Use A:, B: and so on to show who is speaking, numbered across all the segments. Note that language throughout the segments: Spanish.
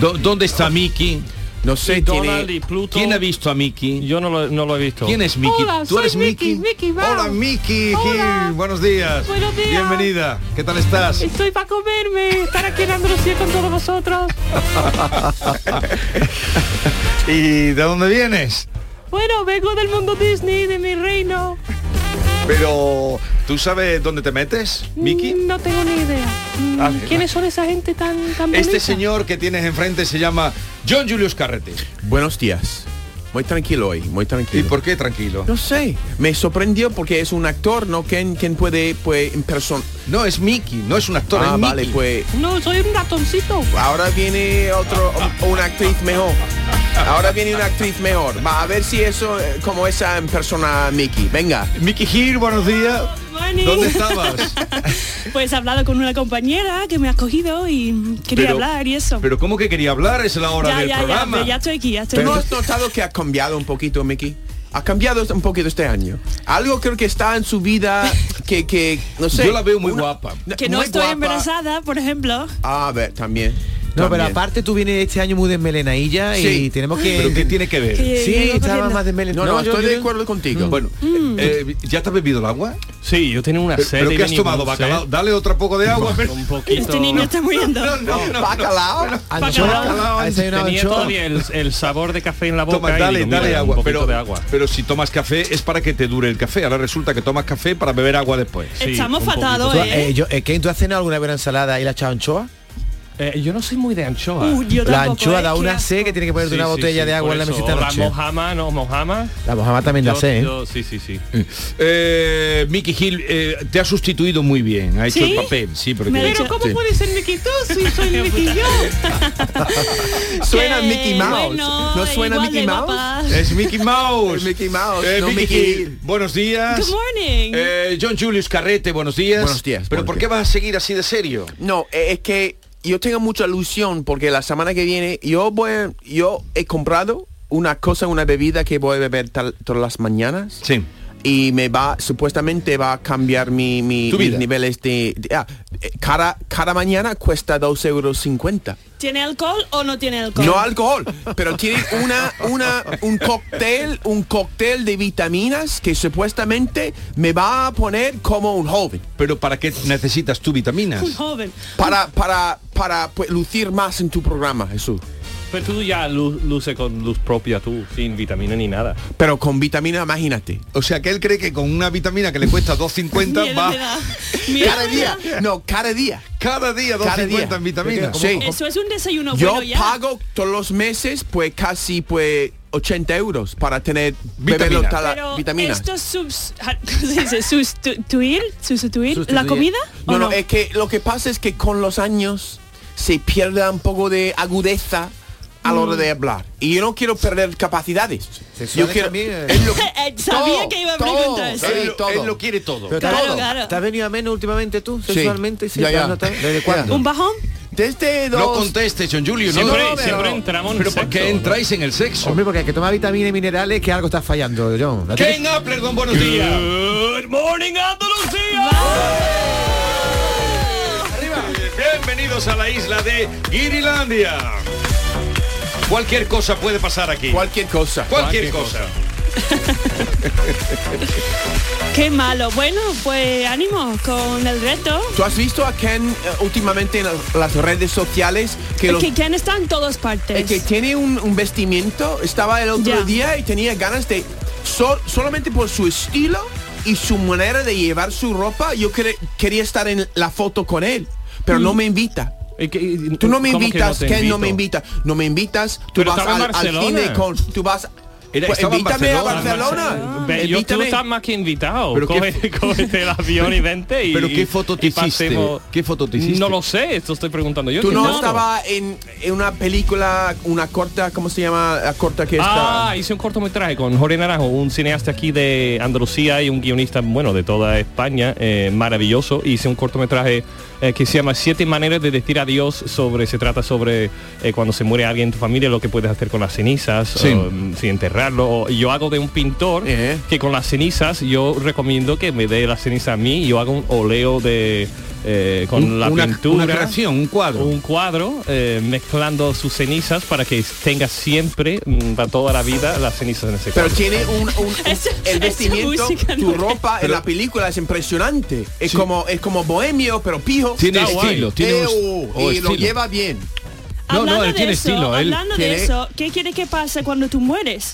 A: Do- ¿Dónde está Mickey?
B: No sé,
A: Y
B: tiene-
A: Donald y Pluto. ¿Quién ha visto a Mickey? Yo no lo, he visto. ¿Quién es Mickey?
C: Hola,
A: ¿Tú
C: soy
A: eres Mickey?
C: Mickey, Mouse.
D: Hola Miki,
C: Hola.
D: buenos días.
C: Buenos días.
D: Bienvenida. ¿Qué tal estás?
C: Estoy para comerme, estar aquí en Andalucía con todos vosotros.
D: ¿Y de dónde vienes?
C: Bueno, vengo del mundo Disney, de mi reino.
D: Pero ¿tú sabes dónde te metes, Miki?
C: No tengo ni idea. Mm,
D: Ah,
C: ¿Quiénes son esa gente tan, tan bonita?
D: Este señor que tienes enfrente se llama John Julius Carrete.
B: Buenos días. Muy tranquilo hoy, muy
D: ¿Y
B: tranquilo.
D: por qué tranquilo?
B: No sé, me sorprendió porque es un actor, ¿no? Quien, quien puede, pues, en persona...
D: No, es Miki, no es un actor,
B: Ah,
D: es
B: vale,
D: Mickey.
B: pues...
C: No, soy un ratoncito.
B: Ahora viene otro, o- una actriz mejor. Ahora viene una actriz mejor. Va a ver si eso, eh, como esa en persona Mickey. Venga.
D: Miki Gil, buenos días.
C: Mani.
D: ¿Dónde estabas?
C: Pues he hablado con una compañera que me ha cogido y mm, quería
D: Pero-
C: hablar y eso.
D: Pero ¿cómo que quería hablar? Es la hora
C: ya,
D: del
C: ya, ya,
D: programa.
C: pero ya estoy aquí, ya estoy
B: ¿Tú no
C: aquí.
B: has notado que ha cambiado un poquito, Mickey? Ha cambiado un poquito este año. Algo creo que está en su vida que, que no sé.
D: Yo la veo muy
B: una-
D: guapa.
C: Que no
B: muy
C: estoy
B: guapa. Ah,
C: embarazada, por ejemplo.
B: A ver, también.
E: No, pero
B: también.
E: aparte tú vienes este año muy desmelenadilla y
B: Sí.
E: tenemos
D: ¿Pero qué
E: que...
D: tiene que ver?
C: Que
E: Sí,
C: llego
E: estaba
C: corriendo.
E: más
B: No,
E: desmelenada.
B: no,
E: yo- Mm.
B: estoy de
E: yo-
B: acuerdo contigo.
D: Bueno,
C: Mm.
D: eh, ¿ya te has bebido el agua?
F: Sí, yo tenía una
D: ¿Pero,
F: sed.
D: pero
F: y
D: qué has
F: venimos,
D: tomado,
F: ¿eh?
D: bacalao? Dale otro poco de agua. pero-
F: Un poquito.
C: Este niño está muriendo.
D: No, no,
B: Bacalao.
E: anchoa,
D: Bacalao.
E: ¿has desayunado
F: Tenía
E: anchoa?
F: todavía el, el sabor de café en la boca.
D: Toma,
F: y
D: dale,
F: digo, mira,
D: dale
F: un
D: agua.
F: poquito
D: Pero,
F: de agua.
D: pero si tomas café es para que te dure el café. Ahora resulta que tomas café para beber agua después.
F: Sí,
C: Estamos
F: un poquito.
C: fatados,
E: Tú,
C: ¿eh?
E: eh, yo- eh, Ken, ¿tú has cenado alguna vez una ensalada y la has echado anchoa?
F: Eh, yo no soy muy de anchoa.
C: Uh, yo
E: La
C: tampoco,
E: anchoa
C: ¿eh?
E: da
C: Qué
E: una
C: asco.
E: C que tiene que ponerte
F: Sí,
E: una
F: sí,
E: botella
F: sí,
E: de agua
F: por
E: en la
F: eso.
E: mesita
F: O
E: noche.
F: La mojama, no, mojama.
E: La mojama también la
F: Yo-
E: sé, ¿eh?
F: yo- sí, sí, sí.
D: Eh, Mickey Hill eh, te ha sustituido muy bien. Ha hecho
C: ¿Sí?
D: el papel, sí, porque.
C: Me ha dicho-
D: Sí.
C: puede ser Mickey tú si soy el Mickey yo?
B: Suena
C: Que,
B: Mickey Mouse.
C: bueno,
B: ¿No suena
C: igual
B: Mickey
C: de
B: Mouse?
C: guapa.
D: Es Mickey Mouse.
B: Mickey Mouse,
D: Eh,
B: no
D: Mickey
B: Mickey
D: Hill.
B: Hill.
D: Buenos días.
C: Good morning.
D: Eh, John Julius Carrete, buenos días.
B: Buenos días,
D: Pero
B: buenos
D: ¿por qué
B: días.
D: vas a seguir así de serio?
B: No, eh, es que yo tengo mucha ilusión porque la semana que viene yo voy, yo he comprado una cosa, una bebida que voy a beber tal- todas las mañanas.
D: Sí.
B: Y me va, supuestamente va a cambiar mi, mi-
D: Tu vida.
B: mis niveles de... de- ah, eh, cada, cada mañana cuesta 2,50 euros.
C: ¿Tiene alcohol o no tiene alcohol?
B: No alcohol, pero tiene una, una, un cóctel, un cóctel de vitaminas que supuestamente me va a poner como un joven.
D: Pero ¿para qué necesitas tú vitaminas?
C: Un joven.
B: Para, para, para pues, lucir más en tu programa, Jesús.
F: Pero tú ya lu- luce con luz propia tú, sin vitamina ni nada.
B: Pero con vitamina, imagínate.
D: O sea, que él cree que con una vitamina que le cuesta
C: Miedo
D: 2.50
C: me
D: va
C: da. Miedo
B: Cada
C: me
B: día.
C: da.
B: No, cada día.
D: cada día
B: Cada
D: 2.50
B: día.
D: en vitaminas.
B: Sí.
C: Eso es un desayuno
B: Yo
C: bueno ya.
B: pago todos los meses, pues casi, pues 80 euros para tener
D: Vitamina.
B: beberlo tal-
C: Pero
B: vitaminas.
C: esto es subs- ¿cómo se dice? sustituir, sustituir la
E: Sustituir.
C: comida
B: No,
C: o
B: no,
C: no?
B: es que lo que pasa es que con los años se pierde un poco de agudeza a la hora
C: Mm.
B: de hablar. Y yo no quiero perder capacidades.
E: Sexuales
B: Yo quiero...
E: también, eh.
B: es lo que-
C: Eh, Sabía
B: todo,
C: que iba a
B: todo.
C: preguntar eso.
B: Sí,
D: él, lo,
B: todo.
D: él lo quiere todo.
E: Pero te,
C: Claro,
E: has venido-
C: claro.
E: ¿te has venido a menos últimamente tú,
B: Sí.
E: sexualmente?
B: Ya,
E: ¿te
B: ya.
E: has notado? ¿Desde cuándo?
C: ¿Un bajón?
B: Desde dos...
D: No contestes, John Julio. no,
F: Siempre,
D: no, pero-
F: siempre entramos en
D: Pero
F: sexo.
D: ¿por qué entráis en el sexo?
E: Hombre, porque hay que tomar vitaminas y minerales que algo está fallando, John. La tienes-
D: Ken Appler, don buenos días.
F: Good morning, Andalucía.
D: Bienvenidos a la isla de Girilandia. Cualquier cosa puede pasar aquí.
B: Cualquier cosa.
D: cualquier cosa.
C: Qué malo. Bueno, pues ánimo con el reto.
B: ¿Tú has visto a Ken eh, últimamente en la- las redes sociales que,
C: Es
B: los-
C: que Ken está en todas partes.
B: eh, que tiene un, un vestimiento? Estaba el otro
C: Ya.
B: día y tenía ganas de... sol- solamente por su estilo y su manera de llevar su ropa, yo cre- quería estar en la foto con él, pero no me invita.
F: Y que- y-
B: Tú no me
F: ¿cómo que
B: invitas,
F: te
B: Ken no me
F: invito?
B: invita, no me invitas, tú
F: Pero
B: vas
F: estaba en
B: al, al
F: Barcelona.
B: cine con, tú vas
D: Era-
B: Pues
D: estaba en
B: invítame a
D: Barcelona. Ah,
B: Barcelona.
F: Ve, yo tú
B: Invítame.
F: estás más que invitado.
D: Pero
F: Coge-
D: qué-
F: cógete el avión y vente y.
D: Pero qué foto te
F: y
D: hiciste.
F: pasemos-
D: ¿Qué foto te hiciste?
F: No lo sé, esto estoy preguntando yo.
B: Tú
F: estoy
B: no
F: loco.
B: estaba en, en una película, una corta, ¿cómo se llama? La corta que está.
F: Ah, hice un cortometraje con Jorge Naranjo, un cineasta aquí de Andalucía y un guionista, bueno, de toda España, eh, maravilloso. Hice un cortometraje eh, que se llama Siete maneras de decir adiós sobre, se trata sobre eh, cuando se muere alguien en tu familia, lo que puedes hacer con las cenizas,
D: Sí.
F: o, mm, si enterrarlo. o- yo hago de un pintor
B: Eh.
F: que con las cenizas, yo recomiendo que me dé las cenizas a mí, yo hago un oleo de... eh, con
D: Un-
F: la
D: una,
F: pintura
D: una creación, un cuadro.
F: un cuadro eh, mezclando sus cenizas para que tenga siempre mm, para toda la vida las cenizas en ese
B: Pero
F: cuadro.
B: tiene un, un- un-
C: Esa- esa
B: el vestimiento,
C: música
B: tu
C: no-
B: ropa en la película es impresionante. Es como es como bohemio, pero pijo.
D: Tiene
B: Está guay.
D: estilo, tiene un-
C: oh,
B: Eh,
D: o
B: y lo
D: oh, estilo.
B: lleva bien.
D: No, no,
C: hablando
D: él
C: de
D: tiene
C: eso,
D: estilo, él
C: hablando
B: tiene-
C: de eso, ¿qué quiere que pase cuando tú mueres?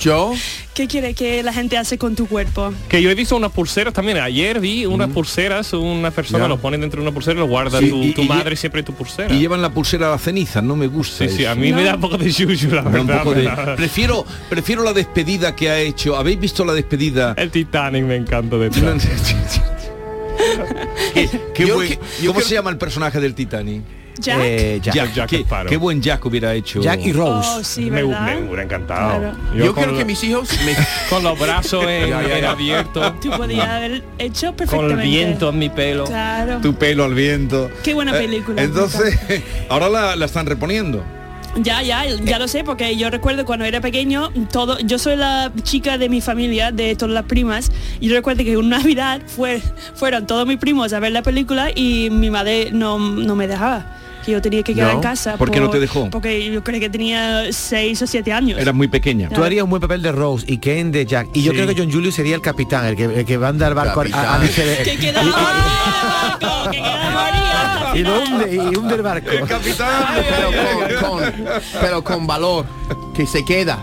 B: Yo
C: ¿Qué quiere que la gente hace con tu cuerpo?
F: Que yo he visto unas pulseras también. Ayer vi unas pulseras, una persona
E: Ya.
F: lo pone dentro de una pulsera y lo guarda
D: Mm. Sí,
F: tu,
D: y-
F: tu
D: y-
F: madre siempre tu pulsera.
D: Y llevan la pulsera a la ceniza, no me gusta.
F: sí, sí,
D: eso.
F: a mí me da un poco de yuyu, la
D: Me da un
F: verdad.
D: poco
F: me
D: de-
F: da-
D: Prefiero, prefiero la despedida que ha hecho. ¿Habéis visto la despedida?
F: El Titanic me encanta de
D: No, no,
F: Titanic.
D: qué- qué
B: Yo
D: buen-
B: que- yo
D: ¿Cómo
B: creo-
D: se llama el personaje del Titanic?
C: ¿Jack?
E: Eh, Jack.
D: Jack.
F: Jack
D: qué,
F: Sparrow.
D: qué buen Jack hubiera hecho.
E: Jack y Rose.
C: Oh, sí,
F: me,
C: ¿verdad?
F: me hubiera encantado.
C: Claro.
B: yo,
F: con
B: quiero que
F: lo-
B: mis hijos me
F: con los brazos en,
B: Ya, ya,
F: en
B: ya.
F: abierto,
C: Tú podías haber hecho
F: con
C: perfectamente.
F: el viento en mi pelo.
C: Claro.
D: Tu pelo al viento.
C: Qué buena
D: Eh,
C: película,
D: entonces, ahora la, la están reponiendo.
C: Ya, ya, ya lo sé, porque yo recuerdo cuando era pequeño, todo, yo soy la chica de mi familia, de todas las primas, y yo recuerdo que en Navidad fue, fueron todos mis primos a ver la película y mi madre no, no me dejaba, que yo tenía que quedar
B: No,
C: en casa.
D: ¿por qué no te dejó?
C: Porque yo creo que tenía seis o siete años.
D: Era muy pequeña.
C: Ya.
E: Tú harías un buen papel de Rose y Ken de Jack. Y yo
F: Sí.
E: creo que John Julius sería el capitán, el que, el que manda al barco a- a, a-
C: que quedaba ¡Ah, Marco! que quedaba María.
E: y lo hunde, y hunde el barco.
D: Capitán.
B: pero con, con- pero con valor que se queda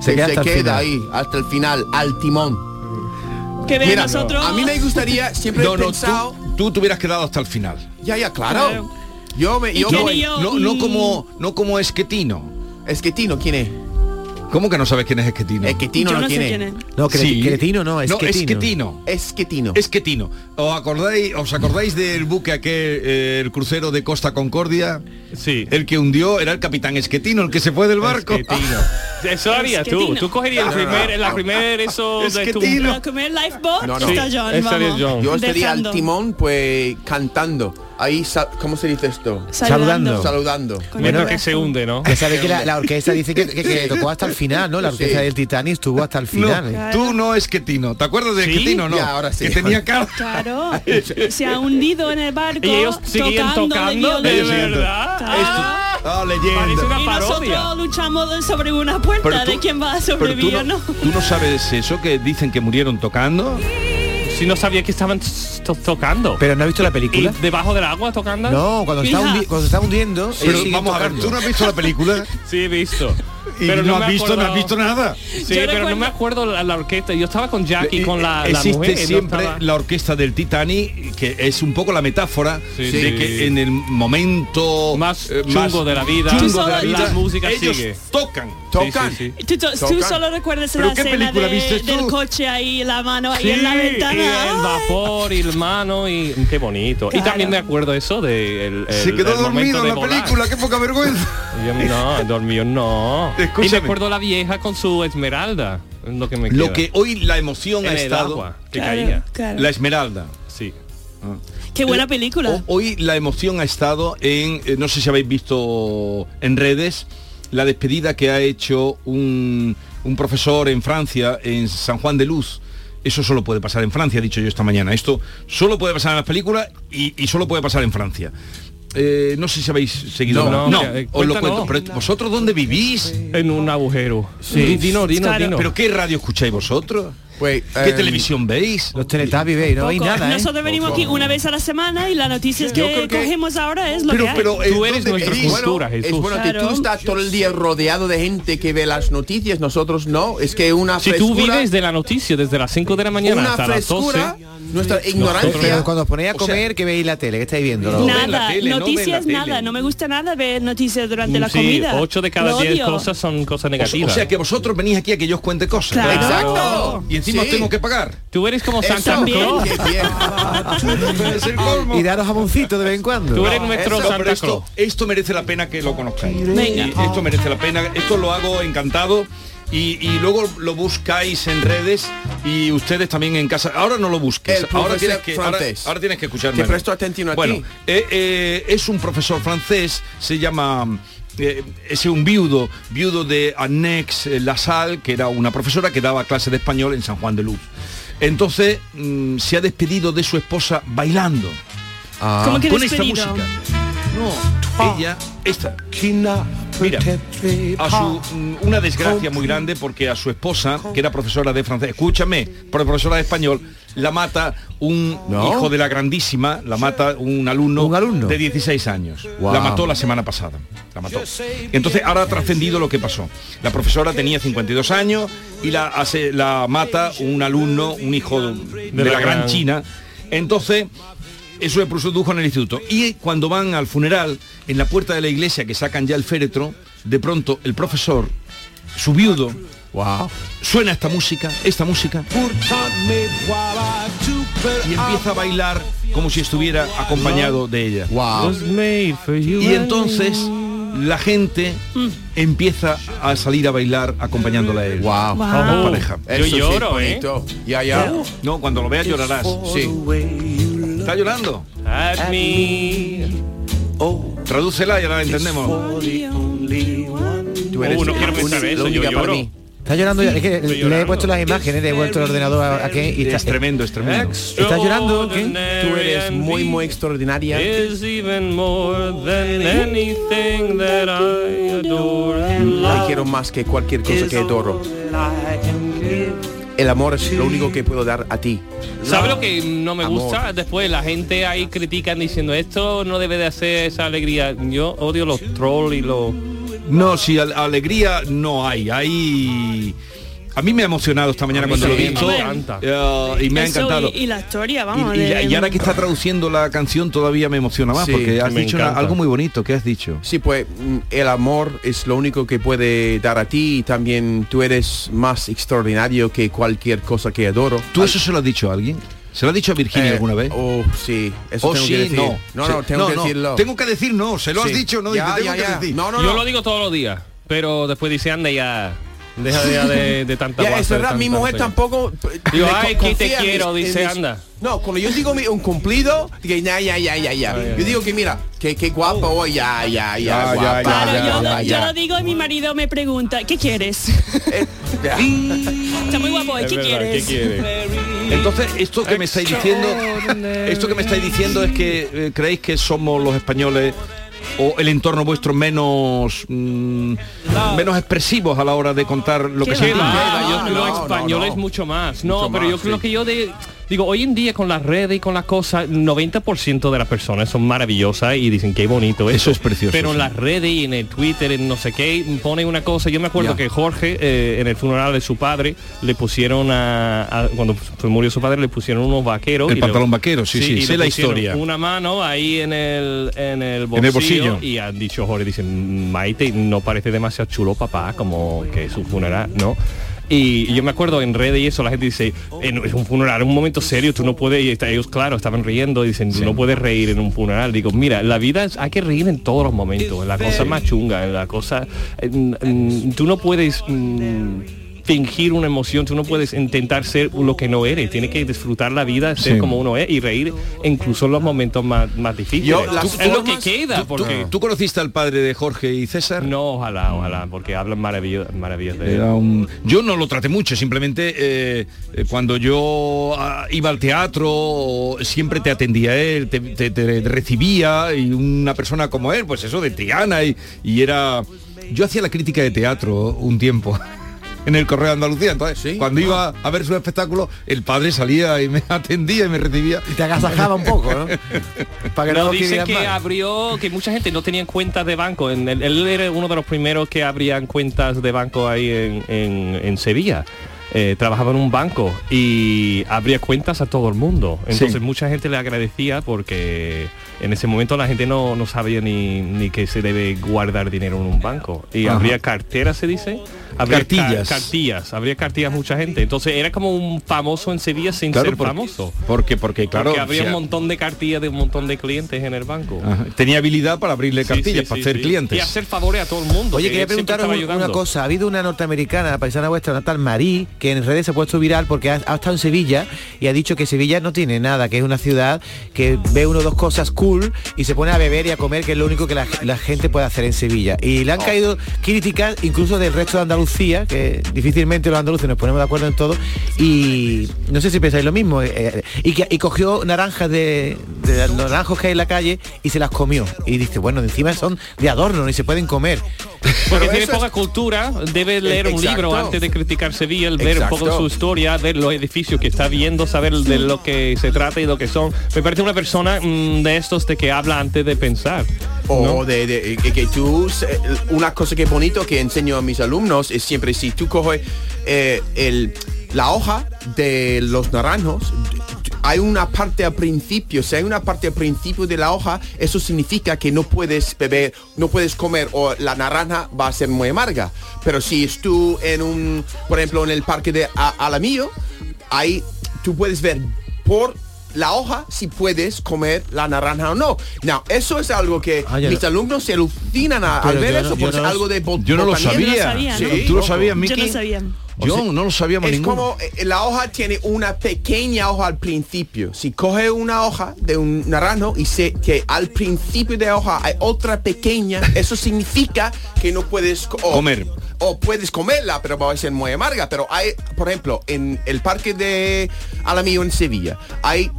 E: Se
B: que
E: queda hasta el final.
B: ahí hasta el final al timón
C: Que vean
B: mira
C: nosotros.
B: a mí me gustaría siempre
D: No,
B: he
D: no,
B: pensado
D: tú, tú te hubieras quedado hasta el final.
B: ya ya claro
C: Claro.
B: yo me yo
C: qué
B: voy-
C: haría? Yo,
D: No, no
C: mm.
D: como, no como esquetino.
B: es que Tino quién es
D: ¿Cómo que no sabes quién es esquetino?
B: es que Tino
C: yo
B: no,
C: no sé
B: tiene
C: quién es.
E: No, cre-
D: Sí.
E: cretino no, es
D: no,
E: que
D: esquetino.
B: es que Tino
D: Esquetino. ¿Os acordáis, os acordáis del buque aquel, eh, el crucero de Costa Concordia?
F: Sí.
D: El que hundió era el capitán Esquetino, el que se fue del barco.
F: Esquetino. Eso harías tú.
C: Esquetino.
F: Tú cogerías el primer, la primer eso de tu...
D: Esquetino.
C: Para comer lifeboat
B: No, no.
C: está
F: Sí,
C: John,
F: estaría
C: vamos.
F: John.
B: yo estaría al
C: Dejando.
B: timón pues cantando ahí sa- cómo se dice esto
E: Saludando.
B: saludando
C: Con el
F: Mientras que se
C: corazón.
F: hunde, ¿no?
E: Ya sabes que la, la orquesta dice que, que- que tocó hasta el final, ¿no? La orquesta
B: Sí.
E: del Titanic estuvo hasta el
D: No,
E: final. ¿eh?
D: tú no Esquetino. ¿Te acuerdas de
F: ¿Sí?
D: Esquetino? No,
B: Ya, ahora sí.
D: que tenía cara.
C: Claro, se ha hundido en el barco.
F: Y ellos siguen tocando, de
C: de violín.
D: violín.
F: verdad.
C: Ah,
D: Ah, leyenda.
F: Parece una
C: y
F: parodia.
C: nosotros luchamos sobre una puerta de quién va a
D: pero tú
C: sobrevivir o
D: no,
C: no.
D: tú no sabes eso que dicen que murieron tocando.
F: Si no sabía que estaban to- tocando.
E: Pero no has visto la
F: ¿Y
E: película.
F: debajo del agua tocando?
E: No, cuando está,
C: Fija.
E: hundi- cuando está hundiendo, ellos
D: Pero
E: siguen
D: vamos a ver,
E: tocando.
D: tú no has visto la película
F: Sí, he visto.
D: y no, has
F: me
D: visto, no has
F: acordaba-
D: visto nada.
F: Sí,
C: Yo
F: pero no
C: recuerdo-
F: me acuerdo la, la orquesta. Yo estaba con Jack y con la, la
D: Eh, Existe
F: mujer. y no
D: siempre
F: estaba-
D: la orquesta del Titanic, que es un poco la metáfora
F: Sí,
D: de
F: sí.
D: que en el momento
F: Más
D: eh,
F: chungo de la vida.
D: chungo
C: Tú solo-
D: de la vida,
F: la música
D: ellos
F: sigue.
D: tocan.
B: tocan
F: Sí, sí, sí.
C: Tú, to- tú
B: Tocan.
C: solo recuerdas
D: ¿Pero
C: la
D: qué
C: escena
D: película
C: de-
D: viste tú?
C: del coche ahí, la mano ahí
F: Sí,
C: en la ventana. Ah,
F: y el
C: Ay,
F: vapor y el mano y qué bonito. Y
C: Claro.
F: también me acuerdo eso de el, el-
D: Se quedó
F: el momento
D: dormido en
F: de
D: la
F: volar.
D: película, qué poca vergüenza.
F: Yo no, dormido no. Y me
D: Escúchame.
F: acuerdo la vieja con su esmeralda. es Lo que me
D: Lo
F: queda.
D: que hoy la emoción
F: en
D: ha
F: el
D: estado,
F: agua que
C: Claro,
F: caía.
C: claro.
D: la esmeralda.
F: Sí.
C: Qué buena película.
D: O- Hoy la emoción ha estado en, eh, no sé si habéis visto en redes, la despedida que ha hecho un, un profesor en Francia, en San Juan de Luz. Eso solo puede pasar en Francia, he dicho yo esta mañana. Esto solo puede pasar en las películas y, y solo puede pasar en Francia. Eh, no sé si habéis seguido.
F: No,
D: la-
F: no, eh,
D: os lo
F: cuéntanos.
D: cuento. Pero ¿Vosotros dónde vivís?
F: En un agujero. Sí. Dino, dino,
C: Claro.
F: dino.
D: ¿Pero qué radio escucháis vosotros?
B: Wait,
D: ¿Qué
B: um,
D: televisión veis?
E: Los teletubbies, veis, no hay
C: Poco.
E: nada, ¿eh?
C: Nosotros venimos aquí una vez a la semana y las noticias
B: Yo
C: que,
B: creo que-
C: cogemos ahora es lo
D: Pero-
C: que hay.
D: pero, eh,
F: Tú eres
D: ¿dónde
F: nuestra
D: vivís?
F: cultura,
B: es
F: Jesús.
B: bueno que tú
C: Claro.
B: estás todo el día rodeado de gente que ve las noticias, nosotros no. Es que una
F: Si tú
B: frescura,
F: vives de la noticia desde las 5 de la mañana
B: una
F: hasta las 12,
B: frescura, nuestra
E: Pero
B: ignorancia.
E: cuando os ponéis a
D: O sea-
E: comer, que veis la tele, que estáis viendo. ¿no?
D: No ven la
C: Nada,
D: tele, no ven la
C: noticias
D: tele. Mm,
C: nada, no me gusta nada ver noticias durante la
F: sí,
C: comida.
F: 8 de cada
C: Lo
F: 10
C: odio.
F: cosas son cosas
D: O, sea- o
F: negativas.
D: sea que vosotros venís aquí a que yo os cuente cosas.
C: Claro.
B: Exacto.
D: Y encima os
B: Sí.
D: tengo que pagar.
F: Tú eres como
B: Eso,
F: Santa
C: También.
F: Claus.
B: qué bien.
D: Es el colmo.
E: Y daros jamoncito de vez en cuando.
F: Tú eres nuestro
B: eso,
D: No, pero
F: Santa Claus.
D: esto, esto merece la pena que lo conozcáis.
C: Venga.
D: Y Esto merece la pena. Esto lo hago encantado. Y, y luego lo buscáis en redes y ustedes también en casa. Ahora no lo busques.
B: El
D: Ahora
B: profesor
D: tienes, que, ahora,
B: francés.
D: ahora tienes que escucharme.
B: Te presto atención a
D: bueno,
B: ti.
D: eh, eh, es un profesor francés, se llama... eh, es un viudo, viudo de Annex eh, Lassalle, que era una profesora que daba clase de español en San Juan de Luz. Entonces mm, se ha despedido de su esposa bailando
C: Como que
D: con esta
C: despedido.
D: música. No, ella, esta. Mira, a su, mm, una desgracia muy grande porque a su esposa, que era profesora de francés, escúchame, pero profesora de español, la mata un hijo de la grandísima, la mata un alumno,
E: ¿Un alumno?
D: de 16 años.
E: Guau.
D: La mató la semana pasada. La mató. Entonces ahora ha trascendido lo que pasó. La profesora tenía 52 años y la, hace, la mata un alumno, un hijo de, de la, gran, China. Entonces, eso le produjo en el instituto. Y cuando van al funeral, en la puerta de la iglesia que sacan ya el féretro, de pronto el profesor, su viudo,
E: Wow.
D: suena esta música, esta música, y empieza a bailar como si estuviera acompañado de ella.
E: Wow.
D: Y entonces la gente
F: Mm.
D: empieza a salir a bailar acompañándola a él.
B: Wow.
C: Wow.
D: Pareja.
F: Yo
B: Eso sí,
F: lloro, ¿eh?
B: bonito. Ya, ya.
D: No, cuando lo veas llorarás.
B: Sí.
D: ¿Está llorando?
F: At me.
D: Oh. Tradúcela y ahora la entendemos.
B: Tú
F: Oh, no quiero pensar
B: la
F: eso, yo
B: única para
F: lloro.
B: mí.
E: Está llorando ya. Es que
F: estoy
E: le he
F: llorando.
E: puesto las imágenes, le he vuelto el ordenador a, a Ken y
D: Es
E: está,
D: tremendo, es tremendo.
E: ¿Estás llorando o qué?
B: Tú eres muy, muy extraordinaria.
F: Is even more than anything that I adore and
B: La
F: love.
B: quiero más que cualquier cosa que adoro. El amor es lo único que puedo dar a ti.
F: ¿Sabe lo que no me
B: Amor.
F: gusta? Después la gente ahí critican diciendo esto no debe de hacer esa alegría. Yo odio los trolls y los...
D: No, si alegría no hay. Hay. A mí me ha emocionado esta mañana
F: A mí
D: cuando lo he
F: también,
D: visto.
F: me encanta.
D: eh, y me ha
C: Eso
D: encantado.
C: Y, y la historia,
D: Y,
C: vamos.
D: y-
C: de-
D: y ahora que está traduciendo la canción todavía me emociona más
B: Sí,
D: porque has
F: me
D: dicho una-
F: encanta.
D: algo muy bonito. ¿Qué has dicho?
B: Sí, pues mm, el amor es lo único que puede dar a ti y también tú eres más extraordinario que cualquier cosa que adoro.
D: ¿Tú eso se lo has dicho a alguien? ¿Se lo has dicho a Virginia
B: Eh,
D: alguna vez?
B: Oh, sí. Eso
D: Oh,
B: tengo que
D: sí,
B: decir.
D: no.
B: No,
D: Se-
B: no, tengo que decirlo.
D: Tengo que decir no, se lo has
B: Sí.
D: dicho, no,
B: Ya,
D: dice, tengo
B: ya,
D: que
B: ya.
D: decir.
B: No, no,
F: Yo
B: no.
F: lo digo todos los días, pero después dice anda ya, deja ya de, de tanta
B: Ya,
F: guasa,
B: es
F: de
B: verdad, mi
F: tanta-
B: mujer tampoco... p-
F: Digo,
B: me
F: ay,
B: co-
F: que te
B: confía en
F: quiero,
B: en
F: dice, anda.
B: No, cuando yo digo mi- un cumplido, digo, ya, ya, ya, ya, ya. Yo digo que mira, que, que guapo, oh, ya, ya, ya,
D: Ya, ya,
B: guapa,
C: Claro,
D: Ya,
C: yo,
B: guapa,
C: yo lo digo y mi marido me pregunta, ¿qué quieres?
B: Eh, ya.
C: Está muy guapo, ¿eh?
F: Es
C: ¿qué
F: verdad,
C: quieres?
F: ¿Qué quieres?
D: Entonces, esto que me estáis diciendo, esto que me estáis diciendo es que eh, creéis que somos los españoles o el entorno vuestro menos mm, menos expresivos a la hora de contar lo que
C: Qué
D: sentimos.
C: va.
F: Queda, yo
B: no,
F: creo
B: no,
F: español
B: no,
F: es
B: no.
F: mucho más. No,
B: Mucho
F: pero yo
B: más,
F: creo
B: sí.
F: que yo de... Digo, hoy en día con las redes y con las cosas, 90% de las personas son maravillosas y dicen qué bonito
D: Eso es precioso,
F: Pero en
D: sí.
F: las redes y en el Twitter, en no sé qué, pone una cosa. Yo me acuerdo
B: Ya.
F: que Jorge, eh, en el funeral de su padre, le pusieron a, a- cuando f- murió su padre, le pusieron unos vaqueros.
D: El
F: y
D: pantalón
F: le-
D: vaquero, sí, sí,
F: y
D: sé
F: le
D: la
F: pusieron
D: historia.
F: Una mano ahí en el, en el bolsillo.
D: En el bolsillo.
F: Y han dicho, Jorge, dicen, Maite, no parece demasiado chulo papá, como que es un funeral, ¿no? Y yo me acuerdo en redes y eso, la gente dice, "Eh, no, es un funeral, es un momento serio, tú no puedes, y está- ellos claro, estaban riendo, y dicen, tú no puedes reír en un funeral. Digo, mira, la vida es- hay que reír en todos los momentos, en la cosa más chunga, en la cosa... en- en- tú no puedes... mm, fingir una emoción, tú no puedes intentar ser lo que no eres, tienes que disfrutar la vida, ser
D: Sí.
F: como uno es y reír incluso en los momentos más, más difíciles.
B: Yo,
F: Tú-
B: las
F: es lo que
B: formas-
F: queda,
D: ¿Tú- tú-
F: porque...
D: ¿Tú conociste al padre de Jorge y César?
F: No, ojalá, ojalá, porque hablan maravillas maravillas de él.
D: Era un- Yo no lo traté mucho, simplemente eh, eh, cuando yo ah, iba al teatro o- siempre te atendía él, te, te- te recibía y una persona como él, pues eso de Triana y, y era... Yo hacía la crítica de teatro un tiempo.
A: en el Correo de Andalucía. Entonces, cuando iba
E: Ah.
A: a ver su espectáculo, el padre salía y me atendía y me recibía. Y
E: te agasajaba un poco, ¿no? Para que no, lo
F: No, dice
E: quisieran
F: que
E: más.
F: abrió, que mucha gente no tenía cuentas de banco. En el- él era uno de los primeros que abrían cuentas de banco ahí en, en- en Sevilla. Eh, trabajaba en un banco y abría cuentas a todo el mundo. Entonces
A: Sí.
F: mucha gente le agradecía porque en ese momento la gente no, no sabía ni, ni que se debe guardar dinero en un banco. Y
A: Ajá.
F: abría carteras, se dice. Abría ca-
A: Cartillas.
F: cartillas. Abría cartillas mucha gente. Entonces era como un famoso en Sevilla sin
A: Claro,
F: ser
A: porque-
F: famoso.
A: Porque, porque claro,
F: porque habría
A: o sea,
F: un montón de cartillas de un montón de clientes en el banco.
D: Ah,
A: ajá, tenía habilidad para abrirle
F: Sí,
A: cartillas,
F: sí,
A: para
F: sí,
A: hacer
F: sí.
A: clientes.
F: Y hacer favores a todo el mundo.
E: Oye,
F: que
E: quería
F: él siempre
E: preguntaros
F: estaba
E: un- una
F: ayudando.
E: cosa. Ha habido una norteamericana, la paisana vuestra, una tal Marí, que en redes se ha puesto viral porque ha, ha estado en Sevilla y ha dicho que Sevilla no tiene nada, que es una ciudad que ve uno o dos cosas cool y se pone a beber y a comer, que es lo único que la, la gente puede hacer en Sevilla. Y le han caído críticas incluso del resto de Andalucía, que difícilmente los andaluces nos ponemos de acuerdo en todo. Y no sé si pensáis lo mismo. eh, eh, y, que, y cogió naranjas de, de los naranjos que hay en la calle y se las comió. Y dice, bueno, encima son de adorno, ni se pueden comer.
F: Porque
B: Pero
F: tiene
B: eso es-
F: poca cultura, debe leer un
B: Exacto.
F: libro antes de criticar Sevilla, el ver un poco
B: Exacto.
F: su historia, ver los edificios que está viendo, saber de lo que se trata y lo que son. Me parece una persona mm, de estos de que habla antes de pensar.
B: O de, de- eh, que- que tú, se- eh, una cosa que es bonito que enseño a mis alumnos es siempre si tú coges eh, el, la hoja de los naranjos, hay una parte al principio, si hay una parte al principio de la hoja, eso significa que no puedes beber, no puedes comer o la naranja va a ser muy amarga. Pero si es tú en un, por ejemplo, en el parque de A- Alamillo, ahí tú puedes ver por la hoja si puedes comer la naranja o no. Now, eso es algo que
E: Ah, ya
B: mis
E: lo-
B: alumnos se alucinan a- al
E: Pero yo
B: ver
E: no-
B: eso,
E: yo
B: porque
E: no
B: es
E: lo-
B: algo de bot-
A: Yo no lo
B: botanía.
A: sabía.
C: sabía, ¿no?
A: ¿Tú lo sabías,
C: Yo
A: Miki?
C: no sabía.
A: Yo no lo sabíamos
B: Es
A: ninguno.
B: como eh, la hoja tiene una pequeña hoja al principio. Si coge una hoja de un naranjo y sé que al principio de la hoja hay otra pequeña, eso significa que no puedes co- o-
A: Comer.
B: O puedes comerla, pero va a ser muy amarga. Pero hay, por ejemplo, en el parque de Alamillo en Sevilla, hay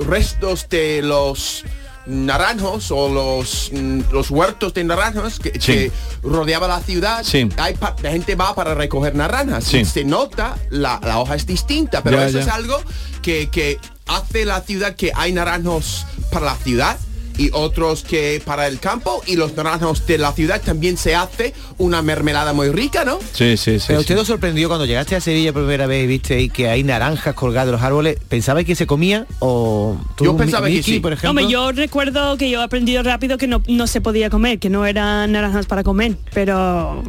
B: restos de los naranjos o los, mm, los huertos de naranjos que,
A: Sí.
B: que rodeaba la ciudad.
A: Sí.
B: Hay pa- la gente va para recoger naranjas.
A: Sí.
B: Se nota, la, la hoja es distinta, pero
A: Ya,
B: eso
A: ya.
B: es algo que, que hace la ciudad que hay naranjos para la ciudad y otros que para el campo y los naranjos de la ciudad también se hace una mermelada muy rica, ¿no?
A: Sí, sí, sí.
E: Pero
A: sí.
E: usted os sorprendió cuando llegaste a Sevilla por primera vez y viste que hay naranjas colgadas de los árboles. ¿Pensabais que se comía o tú,
B: Yo pensaba que
E: Miki,
B: sí.
E: por ejemplo?
C: Hombre, yo recuerdo que yo he aprendido rápido que no, no se podía comer, que no eran naranjas para comer, pero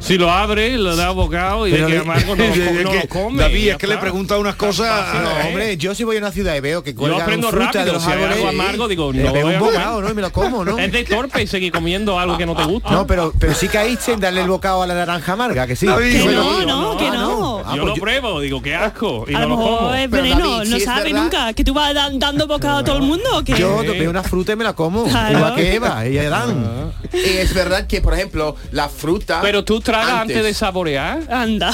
F: Si lo abre, lo da bocado y
E: Pero
F: de que
E: le-
F: amargo no, lo co- no lo come.
A: David,
F: ya
A: es que le
F: está.
A: pregunta unas cosas. ah,
F: fácil,
E: No,
F: ¿eh?
E: hombre, yo si voy a una ciudad y veo que cuelgan
F: aprendo
E: fruta
F: rápido,
E: de los
F: si hay algo
E: árboles,
F: amargo, digo,
E: le
F: no lo
E: pego
F: voy a
E: un
F: comer.
E: bocado, ¿no? Y me lo como, ¿no?
F: Es de torpe y seguir comiendo algo que no te gusta.
E: No, pero, pero sí caíste en darle el bocado a la naranja amarga, que sí.
A: David,
C: que
A: bueno,
C: no,
F: yo
C: no,
F: no,
C: que
F: ah,
C: no.
E: Ah,
F: yo
E: pues
F: lo
E: yo-
F: pruebo, digo, qué asco. Y
C: a
F: no
C: lo
F: lo como.
C: mejor es
B: Pero,
C: veneno,
B: David,
C: no
B: si es
C: sabe
B: verdad-
C: nunca, que tú vas da- dando bocado a todo el mundo. Que...
E: Yo veo una fruta y me la como,
C: Claro.
E: igual que Eva y Adán.
B: Y es verdad que, por ejemplo, la fruta...
F: Ah. Pero tú tragas antes. de saborear.
C: Anda.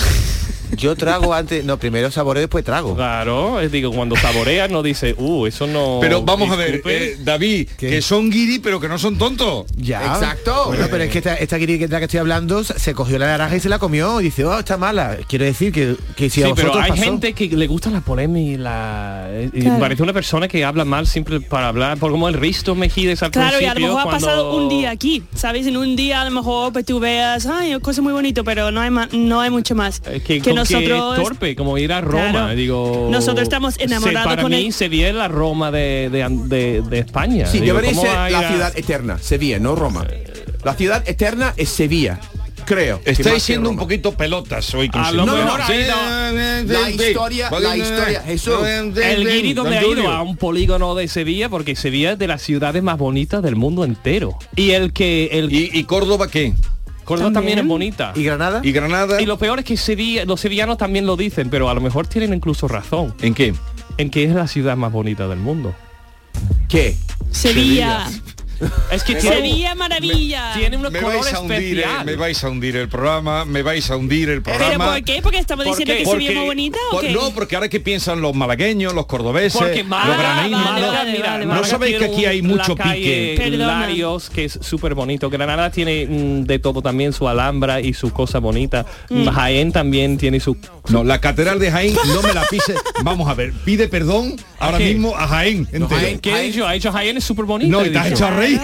E: Yo trago antes, no, primero saboreo, después trago.
F: Claro, es digo, cuando saboreas no dice, uh, eso no.
A: Pero vamos a ver,
F: disculpe".
A: eh, David,
E: ¿Qué?
A: que son guiri, pero que no son tontos.
E: Ya.
B: Exacto.
E: Bueno, pero es que esta, esta guiri de la que estoy hablando se- se cogió la naranja y se la comió y dice, oh, está mala. Quiero decir que, que si a
F: sí, pero
E: vosotros
F: hay
E: pasó-
F: gente que le gusta la polémica y la... eh, y
C: Claro.
F: Parece una persona que habla mal siempre para hablar, por como el Risto Mejides al
C: Claro, y
F: principio.
C: a lo mejor ha
F: cuando-
C: pasado un día aquí, ¿sabes? En un día a lo mejor pues, tú veas, ay, cosa muy bonito, pero no hay, ma- no hay mucho más.
F: Eh, que, con que es torpe como ir a Roma eh,
C: Claro.
F: digo
C: Nosotros estamos
F: se-
C: enamorados
F: para
C: con
F: mí
C: el-
F: se viene la Roma de, de, de- de España
B: Sí,
F: Digo,
B: debería
F: ¿cómo va a
B: ser
F: ir
B: la
F: a-
B: ciudad eterna, Sevilla, no Roma. La ciudad eterna es Sevilla, creo. que más que
A: Estáis siendo un
B: Roma.
A: poquito pelotas hoy.
F: A lo eh, mejor ha ido-
B: la historia- la
A: eh,
B: historia, Jesús.
F: el guiri donde ha ido a un polígono de Sevilla porque Sevilla es de las ciudades más bonitas del mundo entero y el que el
A: ¿Y, y Córdoba qué?
F: Córdoba también,
C: También.
F: es bonita
E: ¿Y Granada?
A: ¿Y Granada?
F: Y lo peor es que Sevilla- los sevillanos también lo dicen, pero a lo mejor tienen incluso razón
A: ¿En qué?
F: en que es la ciudad más bonita del mundo.
B: ¿Qué?
C: Sevilla.
F: Es que tiene,
C: Sevilla maravilla.
F: tiene unos
D: Me
F: colores
D: vais a hundir, eh,
F: especiales.
D: me vais a hundir el programa, me vais a hundir el
C: ¿Pero
D: programa.
C: por qué? Porque estamos
F: ¿Por
C: diciendo
F: qué?
C: que Sevilla es muy bonita o
D: por-
C: qué?
D: no, porque ahora que piensan los malagueños, los cordobeses,
F: Porque
D: los
F: Málaga,
D: granadinos.
C: vale,
F: Málaga,
C: vale,
F: mira,
C: vale,
F: Málaga
D: ¿No sabéis que
F: tiene
D: aquí
F: un-
D: hay mucho
F: la calle
D: pique?
C: Perdona.
F: Larios, que es súper bonito. Granada tiene mm, de todo también, su alhambra y su cosa bonita.
C: Mm.
F: Jaén también tiene su...
D: No, la catedral de Jaén no me la pise. Vamos a ver, pide perdón ahora
F: qué?
D: mismo a Jaén entero.
B: Jaén.
F: ¿Qué he dicho? Ha dicho Jaén es súper bonito.
D: No, y te has hecho a reír.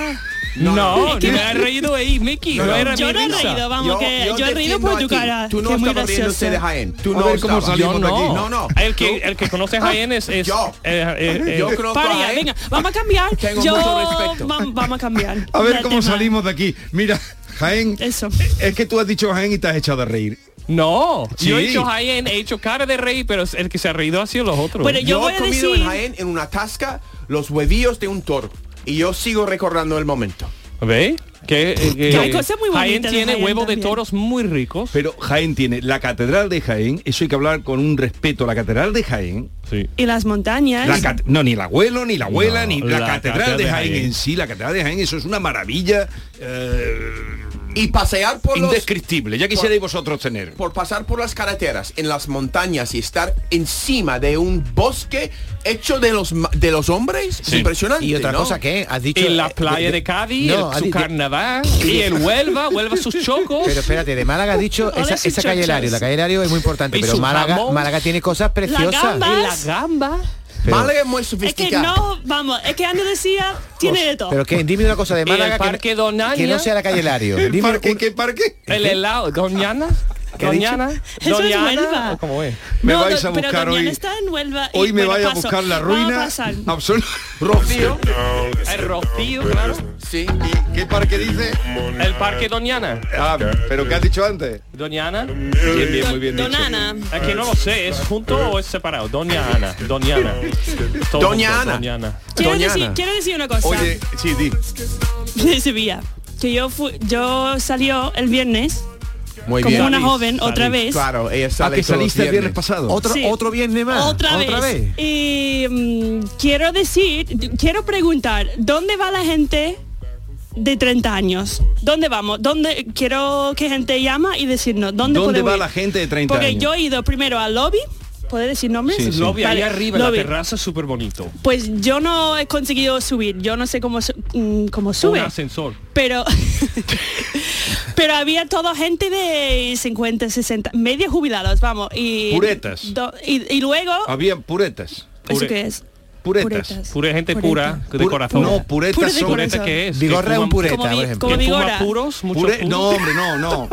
F: No, no, me has reído ahí, Mickey. No,
B: no.
F: era
C: Ah. Yo
F: mi
C: no he
F: risa.
C: reído, vamos, que yo, he reído
B: defiendo
C: por
B: a
C: tu
B: ti.
C: cara.
B: Tú
C: que
B: no
C: es muy
B: estabas riéndose de
C: gracioso.
B: Jaén. Tú
D: A
B: no
D: ver cómo
B: estabas.
D: salimos
F: Yo
D: de aquí.
F: no.
B: No, no.
F: El que, el que conoce a
D: Ah.
F: Jaén es... es-
B: Yo.
F: eh, eh, eh,
B: Yo creo
C: Para
B: que
C: ya,
B: Jaén-
C: venga, vamos a cambiar.
B: Tengo
C: yo
B: mucho respeto.
C: vam- vamos a cambiar.
D: A ver
C: el
D: cómo
C: tema.
D: salimos de aquí. Mira, Jaén,
C: Eso.
D: es que tú has dicho Jaén y te has echado a reír.
F: No, yo he
D: Sí.
F: hecho Jaén, he hecho cara de rey, pero el que se ha reído ha sido los otros.
C: Bueno, yo,
B: Yo,
C: voy
B: he
C: a
B: comido
C: decir.
B: en Jaén en una tasca los huevillos de un toro. Y yo sigo recordando el momento.
F: ¿Veis? Que, eh, que-
C: Que hay cosas muy
F: Jaén
C: bonitas de
F: tiene
C: Jaén
F: huevos de
C: también.
F: toros muy ricos.
D: Pero Jaén tiene la catedral de Jaén, eso hay que hablar con un respeto. La catedral de Jaén,
F: Sí.
C: Y las montañas.
D: la cate- no, ni el abuelo, ni la abuela,
F: No,
D: ni la,
F: la
D: catedral,
F: catedral
D: de
F: de
D: Jaén,
F: Jaén.
D: en sí, la catedral de Jaén, eso es una maravilla eh,
B: Y pasear por los...
D: indescriptible. Ya quisierais vosotros tener.
B: Por pasar por las carreteras, en las montañas y estar encima de un bosque hecho de los ma- de los hombres, es impresionante.
E: Y otra
B: ¿no?
E: cosa que has dicho...
F: Y la
E: eh,
F: playa de Cádiz,
E: No,
F: el-
E: has
F: su
E: di-
F: carnaval, y el Huelva, Huelva sus chocos.
E: Pero espérate, de Málaga has dicho
C: Ole
E: esa,
C: sus
E: esa calle
C: chochos.
E: Lario. La calle Lario es muy importante,
F: Y
E: pero
F: su
E: Málaga,
F: jamón.
E: Málaga tiene cosas preciosas.
C: gamba.
F: y la gamba.
E: Pero-
B: Málaga es muy
C: Es que
B: sofisticada.
C: no, vamos, es que Andalucía tiene de todo.
E: Pero que dime una cosa de
F: el
E: Málaga
F: Parque
E: que, no-
F: Doñana.
E: que no sea la calle Lario.
D: ¿Qué
E: Dime
D: parque?
E: un-
D: ¿Qué parque?
F: El helado, Doñana.
E: ¿Qué ha dicho?
F: Doñana.
C: Eso es Huelva.
F: ¿o ¿Cómo es?
D: Me
C: No,
D: vais
C: do-
D: a
C: pero
D: buscar
C: Doñana
D: hoy.
C: está en Huelva y,
D: Hoy me
C: bueno,
D: vais a
C: paso.
D: buscar la
C: Vamos a
D: ruina.
C: pasar.
D: Absoluta.
B: Rocío,
F: El Rocío, claro.
B: sí.
D: ¿Qué parque dice?
F: El Parque Doñana.
D: Ah, pero ¿qué has dicho antes?
F: Doñana.
D: Bien, bien, muy bien dicho.
C: Donana.
F: Es que no lo sé, ¿es junto o es separado? Doña Ana. Doña Ana. Todo
B: Doña
F: junto,
B: Ana.
F: Doña Ana.
C: Quiero
B: Doñana.
C: decir, quiero decir una cosa
D: Oye, sí, di.
C: de Sevilla. Que yo fui, yo salió el viernes
B: Muy
C: como
B: bien.
C: una
F: Salís,
C: joven otra
F: salís,
C: vez.
B: Claro, ella
D: Ah,
B: sale
D: que
B: todos los
D: saliste el viernes
B: viernes.
D: pasado.
E: Otro,
C: Sí.
E: otro viernes más.
C: Otra, vez. Y mm, quiero decir, quiero preguntar, ¿dónde va la gente de 30 años? ¿Dónde vamos? ¿Dónde quiero que gente llama y decirnos dónde,
D: ¿Dónde
C: podemos
D: va
C: ir?
D: la gente de 30
C: Porque
D: años?
C: yo he ido primero al lobby, ¿puedes decir nombres?
D: Sí, sí.
F: Lobby, ahí
C: Vale,
F: arriba,
C: lobby.
F: la terraza es súper bonito.
C: Pues yo no he conseguido subir, yo no sé cómo su- mm, cómo
F: Un
C: sube.
F: ascensor.
C: Pero pero había toda gente de 50, 60, medio jubilados, vamos, y
D: Puretas.
C: do- y, y luego
D: Habían puretas.
C: ¿Eso
F: pure-
C: qué es?
D: Puretas.
F: Pura gente
C: Pureta.
F: pura, de
D: Pur-
F: corazón.
D: No, puretas
C: Pura de
D: son...
C: corazón.
F: ¿Pureta qué es?
E: Vigorra
F: Que
E: es un
F: fuman-
E: pureta,
C: Como
E: por
C: vi-
E: ejemplo.
C: como
F: que fuma
C: Vigora.
F: puros, mucho
D: Pure-
F: puro.
D: No, hombre, no, no.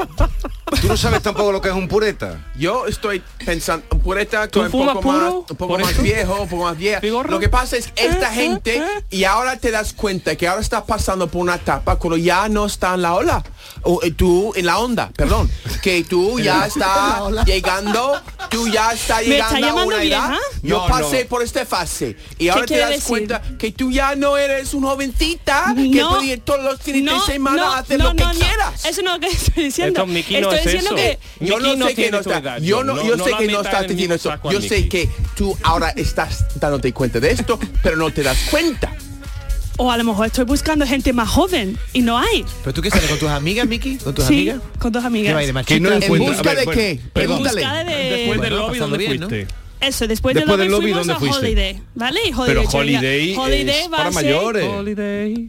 D: Tú no sabes tampoco lo que es un pureta.
B: Yo estoy pensando, pureta,
F: ¿Tú
B: con un
F: fumas
B: poco más,
F: puro?
B: un poco
F: ¿Por
B: más
F: eso?
B: viejo, un poco más viejo.
F: ¿Figorra?
B: Lo que pasa es esta gente, y ahora te das cuenta que ahora estás pasando por una etapa cuando ya no está en la ola. O, eh, tú, en la onda, perdón. Que tú ya estás llegando, tú ya estás
C: ¿Me
B: llegando
C: está
B: a
C: llamando
B: una edad.
C: vieja?
B: Yo
D: No,
B: pasé
D: no.
B: por esta fase. Y ahora te
C: quiere
B: das
C: decir?
B: cuenta que tú ya no eres un jovencita que
C: No,
B: puede ir todos los fines de semana a hacer
C: no,
B: lo que
C: no, no.
B: quieras.
C: Eso no es lo que estoy diciendo.
F: Esto, Miki, no
C: estoy
F: es
C: diciendo
F: eso.
C: que
B: Yo
F: Mickey
B: no sé que
F: tiene
B: no
F: tu
B: está.
F: edad,
B: Yo
F: John.
B: no,
F: No-
B: yo
F: no
B: sé
F: la
B: que no
F: metas en
B: estás
F: el
B: diciendo eso.
F: mismo saco a
B: Yo sé
F: Mickey.
B: que tú ahora estás dándote cuenta de esto, pero no te das cuenta.
C: o a lo mejor estoy buscando gente más joven y no hay.
E: ¿Pero tú qué sales con tus amigas, Miki? ¿Con tus
C: sí,
E: amigas?
C: con dos
E: ¿Qué
C: amigas.
E: va a ir de machista?
D: Que no
E: En
B: ¿En
D: encuentra-
E: bus-
D: Cuenta, a
B: busca
D: ver,
B: de
D: bueno,
B: qué?
C: En
D: perdón.
B: Pregúntale.
C: busca de-
F: Después del
E: Bueno,
F: lobby
E: pasando
F: donde
E: bien, ¿no?
F: fuiste.
C: Eso, después,
D: Después
C: del
D: del lobby,
C: lobby fuimos
D: ¿dónde
C: a
D: fuiste?
C: Holiday, ¿vale? Y Holiday,
D: Pero
C: yo diría,
D: Holiday,
C: Holiday
D: es
C: va
D: para
C: a ser-
D: mayores.
F: Holiday.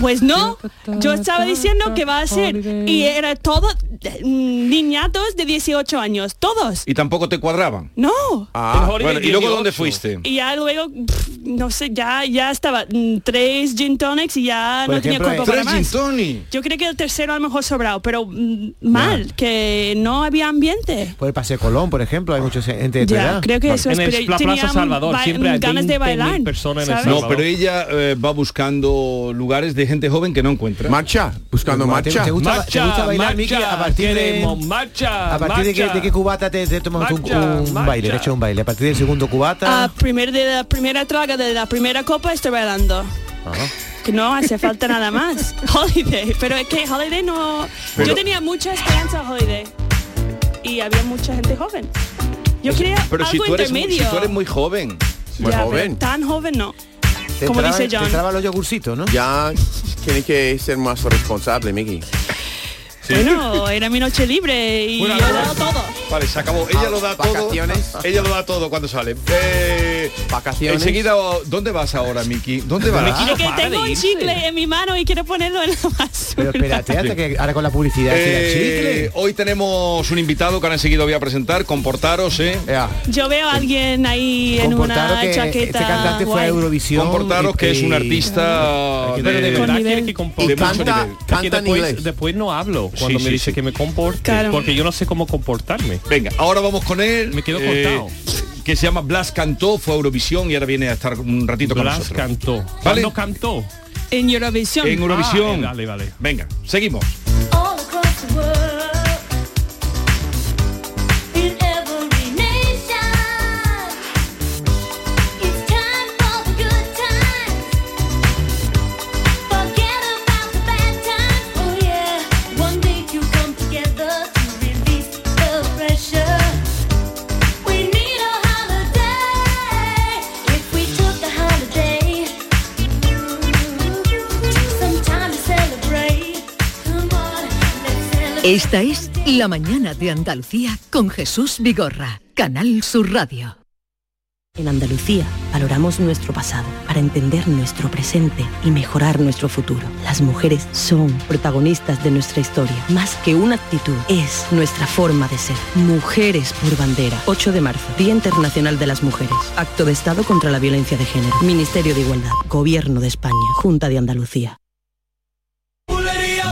C: Pues no, yo estaba diciendo que va a ser y era todo eh, niñatos de 18 años, todos.
D: Y tampoco te cuadraban.
C: No.
B: Ah,
F: El Holiday
D: Bueno, ¿y luego
F: 18.
D: dónde fuiste?
C: Y ya luego, pff, no sé, ya ya estaba mm, tres gin tonics y ya
E: Por
C: Ah, no tenía
E: ejemplo,
C: cuerpo para
D: Tres
C: más.
D: gin tonic.
C: Yo creo que el tercero a lo mejor sobrado, pero mm, mal, que no había ambiente.
E: Por el Paseo Colón, por ejemplo, hay mucha gente de tu
C: Ya,
E: edad.
C: creo que eso
F: En
C: es
F: el-
C: pero
F: la Plaza
C: tenían
F: Salvador,
C: ba-
F: siempre hay
C: ganas de
F: 20.000
C: bailar.
F: personas en el
C: ¿sabes?
F: Salvador.
D: No, pero ella eh, va buscando lugares de gente joven que no encuentra.
B: Marcha, buscando
E: ¿Te,
B: marcha.
E: te gusta, te
F: Marcha,
E: gusta bailar, Miki?
F: marcha,
E: A partir de...
F: queremos marcha,
E: A partir de qué,
F: marcha.
E: de qué cubata te, te tomas un-
F: Marcha,
E: un,
F: marcha.
E: baile, te echas un baile. A partir del segundo cubata...
C: A primer de la primera traga de la primera copa estoy bailando.
D: Ah.
C: Que no hace falta nada más. Holiday. Pero es que Holiday no.
D: Pero-
C: Yo tenía mucha esperanza en Holiday. Y había mucha gente joven. Yo quería
D: Pero si
C: algo
D: tú, eres,
C: intermedio.
D: si tú eres muy joven.
B: Muy
C: Ya, pero
B: joven.
C: Tan joven no.
E: Te
C: como
E: entraban-
C: dice
E: Te
C: John.
E: entraban los yogurcitos, ¿no?
B: Ya tiene que ser más responsable, Miki.
C: Bueno, era mi noche libre y
D: Bueno,
C: yo he
D: ahora-
C: dado todo.
D: Vale, se acabó. Ella lo da todo.
B: Vacaciones.
D: Ella lo da todo cuando sale. Eh,
B: Vacaciones.
D: enseguida, ¿dónde vas ahora, Miki? ¿Dónde vas?
C: Es que
F: para de
C: tengo un
F: irse.
C: chicle en mi mano y quiero ponerlo en la
E: Pero
C: basura.
E: espérate hasta que ahora con la publicidad.
D: Eh,
E: chicle.
D: hoy tenemos un invitado que ahora enseguida voy a presentar. Comportaros, ¿eh?
E: Ya.
C: Yo veo a alguien ahí en
E: Comportaros
C: una
E: que
C: chaqueta.
E: este cantante fue a
C: Ah, guay.
E: Eurovisión.
D: Comportaros, que es un
B: este,
E: y-
D: artista
F: Pero
D: de-
F: de verdad
C: Con
F: que,
C: nivel.
F: que
B: Y
F: comporta
B: canta,
F: Es que
B: canta en
F: después,
B: inglés.
F: después no hablo cuando
D: Sí, sí,
F: me dice
D: sí.
F: que me comporte
C: Claro.
F: porque yo no sé cómo comportarme
D: Venga, ahora vamos con él. eh,
F: Me quedo cortado.
D: Que se llama Blas Cantó, fue a Eurovisión y ahora viene a estar un ratito con
F: Blas
D: nosotros.
F: cantó
D: ¿Vale?
F: ¿Cuándo cantó
C: En Eurovisión.
D: En Eurovisión.
F: Ah, vale vale
D: Venga, seguimos.
G: All across the world, in every nation, it's time for the good times. Forget about the bad times. Oh yeah, one day you come together to release the pressure. We need a holiday. If we took a holiday, some time to celebrate. Come on, let's celebrate.
H: Esta es La Mañana de Andalucía con Jesús Vigorra, Canal Sur Radio.
I: En Andalucía valoramos nuestro pasado para entender nuestro presente y mejorar nuestro futuro. Las mujeres son protagonistas de nuestra historia. Más que una actitud, es nuestra forma de ser. Mujeres por bandera. 8 de marzo, Día Internacional de las Mujeres. Acto de Estado contra la Violencia de Género. Ministerio de Igualdad. Gobierno de España. Junta de Andalucía.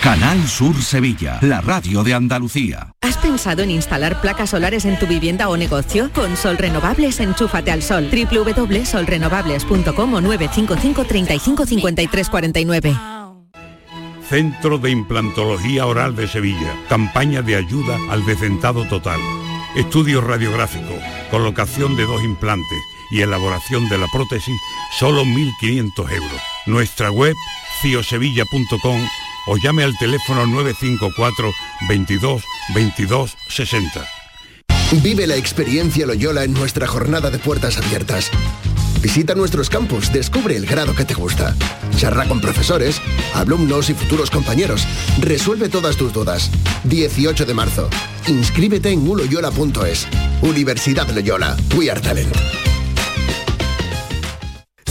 J: Canal Sur Sevilla, la radio de Andalucía.
I: ¿Has pensado en instalar placas solares en tu vivienda o negocio? Con Sol Renovables, enchúfate al sol. www.solrenovables.com o 955 35 53 49.
K: Centro de Implantología Oral de Sevilla. Campaña de ayuda al desentado total. Estudio radiográfico, colocación de dos implantes y elaboración de la prótesis, solo 1.500 euros. Nuestra web, ciosevilla.com o llame al teléfono 954 22 22 60.
L: Vive la experiencia Loyola en nuestra jornada de puertas abiertas. Visita nuestros campus, descubre el grado que te gusta. Charla con profesores, alumnos y futuros compañeros. Resuelve todas tus dudas. 18 de marzo. Inscríbete en uloyola.es. Universidad Loyola. We are talent.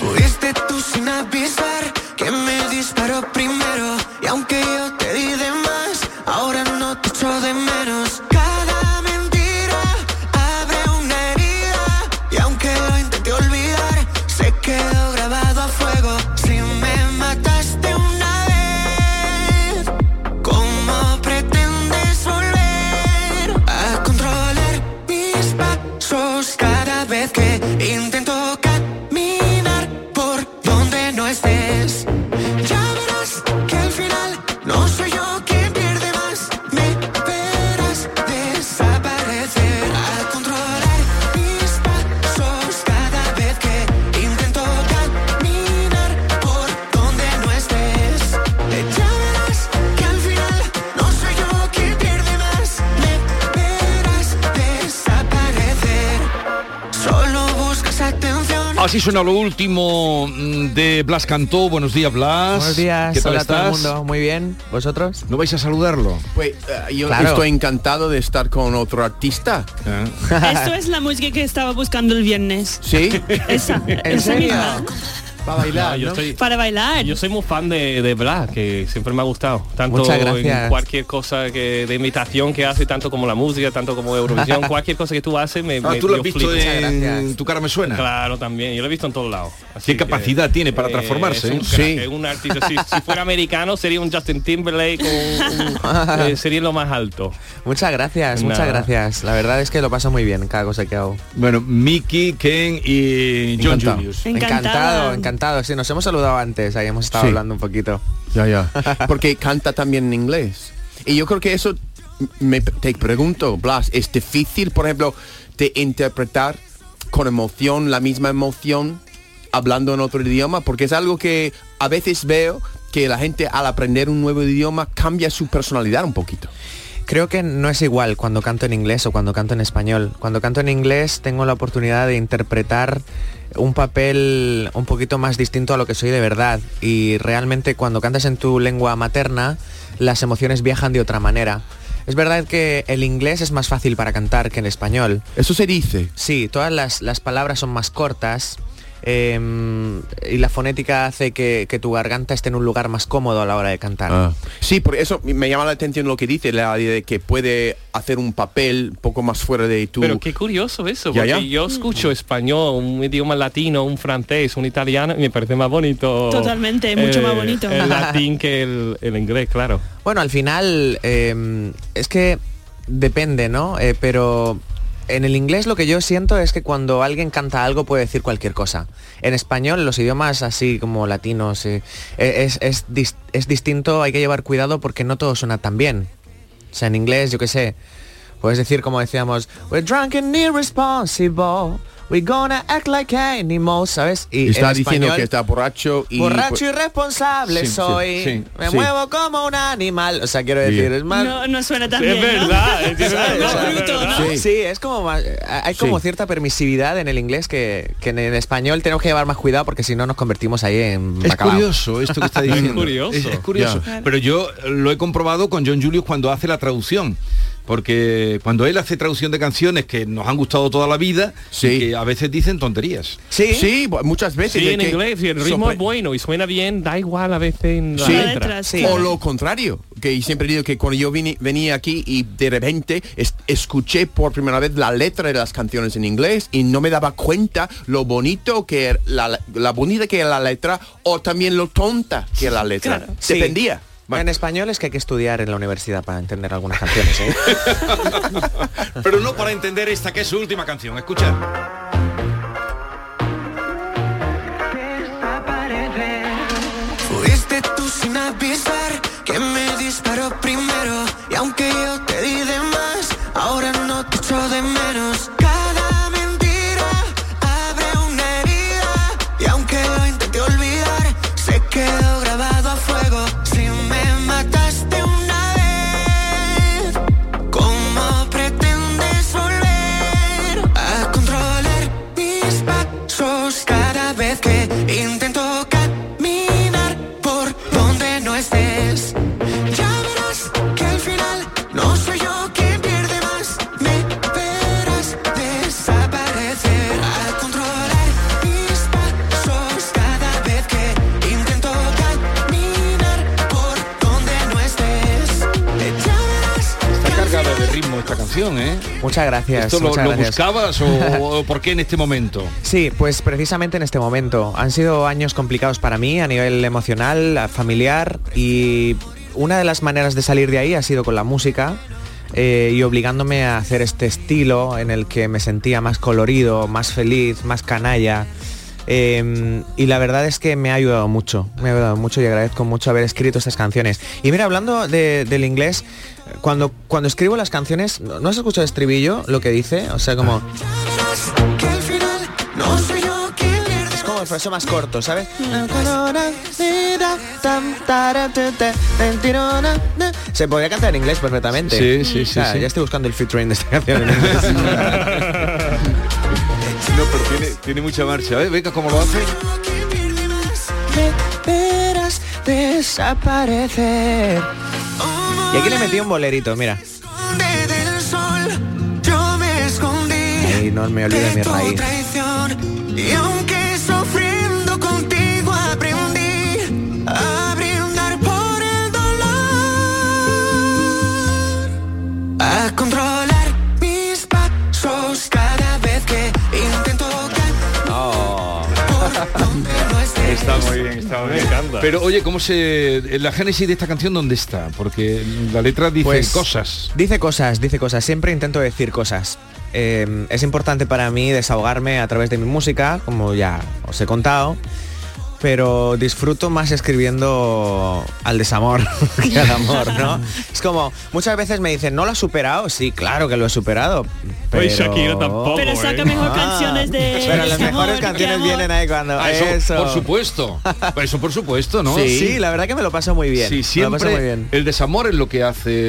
L: Fuiste tú sin avisar que me disparó primero. Y aunque yo te di de más, ahora no te echo de menos. Cada mentira abre una herida. Y aunque lo intenté olvidar, se quedó grabado a fuego. Si me mataste una vez, ¿cómo pretendes volver a controlar mis pasos cada vez que intento caminar por donde no estés? Ya verás que al final no soy yo quien pierde más. Me perdí.
D: Así suena lo último mm, de Blas Cantó. Buenos días, Blas.
M: Buenos días,
D: ¿Qué tal
M: hola a
D: estás?
M: todo el mundo. Muy bien, ¿vosotros?
D: ¿No vais a saludarlo?
B: Pues eh, yo
M: Claro.
B: estoy encantado de estar con otro artista.
C: Esto es la música que estaba buscando el viernes.
B: ¿Sí?
C: Esa, esa misma.
B: Para bailar,
F: yo estoy-
C: Para bailar.
F: Yo soy muy fan de, de Blas, que siempre me ha gustado. Tanto
M: Muchas gracias.
F: en cualquier cosa que, de imitación que hace, tanto como la música, tanto como Eurovisión, cualquier cosa que tú haces me,
D: Ah,
F: me-
D: tú lo has
F: yo
D: visto
F: flipo.
D: en Tu cara me suena.
F: Claro, también. Yo lo he visto en todos lados.
D: Qué capacidad tiene para
F: Eh,
D: transformarse.
F: es un
D: ¿eh?
F: crack, es un artista. Si, si fuera americano sería un Justin Timberlake, un- un- eh, sería lo más alto.
M: Muchas gracias, muchas
F: Nada.
M: gracias. La verdad es que lo paso muy bien cada cosa que hago.
D: Bueno, Mickey, Ken y John
M: Encantado.
D: Julius.
M: Encantado, encantado. Sí, nos hemos saludado antes, ahí hemos estado
B: Sí.
M: hablando un poquito.
B: Ya, ya. Porque canta también en inglés. Y yo creo que eso, me, te pregunto, Blas, ¿es difícil, por ejemplo, de interpretar con emoción, la misma emoción, hablando en otro idioma? Porque es algo que a veces veo que la gente al aprender un nuevo idioma cambia su personalidad un poquito.
M: Creo que no es igual cuando canto en inglés o cuando canto en español. Cuando canto en inglés tengo la oportunidad de interpretar un papel un poquito más distinto a lo que soy de verdad. Y realmente cuando cantas en tu lengua materna, las emociones viajan de otra manera. Es verdad que el inglés es más fácil para cantar que el español.
B: Eso se dice.
M: Sí, todas las, las palabras son más cortas. em, y la fonética hace que, que tu garganta esté en un lugar más cómodo a la hora de cantar.
B: Sí, por eso me llama la atención lo que dice, la idea de que puede hacer un papel un poco más fuera de tu...
F: Pero qué curioso eso,
B: Ya,
F: porque
B: ya.
F: yo escucho español, un idioma latino, un francés, un italiano, y me parece más bonito. Eh,
C: Totalmente, mucho más bonito.
F: El latín que el, el inglés, claro.
M: Bueno, al final eh, es que depende, ¿no? Eh, pero en el inglés lo que yo siento es que cuando alguien canta algo puede decir cualquier cosa. En español, los idiomas así como latinos, eh, es, es dis- es distinto, hay que llevar cuidado porque no todo suena tan bien. O sea, en inglés, yo qué sé, puedes decir como decíamos, we're drunk and irresponsible, we're gonna act like animals, ¿sabes? Y en
B: está diciendo
M: español-
B: que está borracho y...
D: pues,
B: pues
M: Borracho irresponsable
B: Sí, sí,
M: soy.
B: sí,
M: me
B: sí.
M: muevo como un animal. O sea, quiero decir,
B: Sí.
M: es más.
C: No, no suena tan bien. ¿no? Es más bruto, ¿no?
M: Sí. es como más- eh, hay como cierta permisividad en el inglés que, que en el español tenemos que llevar más cuidado porque si no nos convertimos ahí en
D: Es
M: bacalao.
D: curioso esto que está diciendo. Es, es curioso.
M: Ya.
D: Pero yo lo he comprobado con John Julius cuando hace la traducción. Porque cuando él hace traducción de canciones que nos han gustado toda la vida, y que a veces dicen tonterías.
M: Sí,
B: sí bu- muchas veces.
F: Sí,
B: es
F: en
B: que-
F: inglés, y el ritmo
B: Sopre-
F: es bueno y suena bien, da igual a veces en la
B: Sí.
F: letra.
B: O lo contrario, que siempre digo que cuando yo vine- venía aquí y de repente es- escuché por primera vez la letra de las canciones en inglés y no me daba cuenta lo bonito que era la, la bonita que era la letra o también lo tonta que era la letra.
M: Sí.
B: Dependía.
M: En español es que hay que estudiar en la universidad para entender algunas canciones. ¿eh?
D: Pero no para entender esta que es su última canción. Escuchad.
L: Fuiste tú sin avisar que me disparó primero y aunque yo te di de más, ahora no te echo de menos. Cada mentira abre una herida y aunque lo intenté olvidar, se quedó grabado a fuego. Si me mataste una vez, ¿cómo pretendes volver a controlar mis pasos cada vez que intento caminar? por donde no estés. Ya verás que al final no soy yo quien pierde más. Me verás desaparecer al controlar mis pasos cada vez que intento caminar por donde no estés. Ya verás
D: Está cargada de ritmo esta canción, ¿eh?
M: Muchas gracias.
D: ¿Esto lo,
M: muchas
D: lo
M: gracias.
D: buscabas o, o por qué en este momento?
M: Sí, pues precisamente en este momento. Han sido años complicados para mí a nivel emocional, a- familiar y una de las maneras de salir de ahí ha sido con la música eh, y obligándome a hacer este estilo en el que me sentía más colorido, más feliz, más canalla. Eh, y la verdad es que me ha ayudado mucho, me ha ayudado mucho y agradezco mucho haber escrito estas canciones. Y mira, hablando de- del inglés, cuando, cuando escribo las canciones, ¿no no has escuchado el estribillo, lo que dice? O sea, como...
L: que al final no soy yo quien pierde
M: Es como el proceso más corto, ¿sabes? Se podría cantar en inglés perfectamente.
D: Sí, sí, sí,
M: O sea,
D: sí.
M: Ya estoy buscando el featuring de esta canción en inglés.
A: No, pero tiene, tiene mucha marcha. ¿eh? Venga, ¿cómo lo hace?
L: Verás desaparecer.
M: Y aquí le metí un bolerito, mira.
L: Donde del sol yo me escondí.
M: Ahí no me olvido de mi
L: tu
M: raíz.
L: traición. Y aunque sufriendo contigo aprendí a brindar por el dolor, a controlar mis pasos cada vez que intento
A: Está muy bien, está muy bien. Pero oye, ¿cómo se. eh, La génesis de esta canción dónde está? Porque la letra dice
M: Pues,
A: cosas.
M: Dice cosas, dice cosas. Siempre intento decir cosas. Eh, es importante para mí desahogarme a través de mi música, como ya os he contado. Pero disfruto más escribiendo al desamor que al amor, ¿no? Es como, muchas veces me dicen, ¿no lo has superado? Sí, claro que lo he superado. Pero...
F: Oye, Shakira tampoco, ¿eh?
C: Pero saca mejor
M: Ah,
C: canciones de
M: Pero las
C: desamor,
M: mejores
C: que
M: canciones
C: Eh, amor.
M: vienen ahí cuando...
A: Ah, eso,
M: eso,
A: por supuesto. Eso por supuesto, ¿no?
M: Sí. sí, la verdad que me lo paso muy bien.
A: Sí,
M: Me lo paso muy
A: siempre
M: bien.
A: el desamor es lo que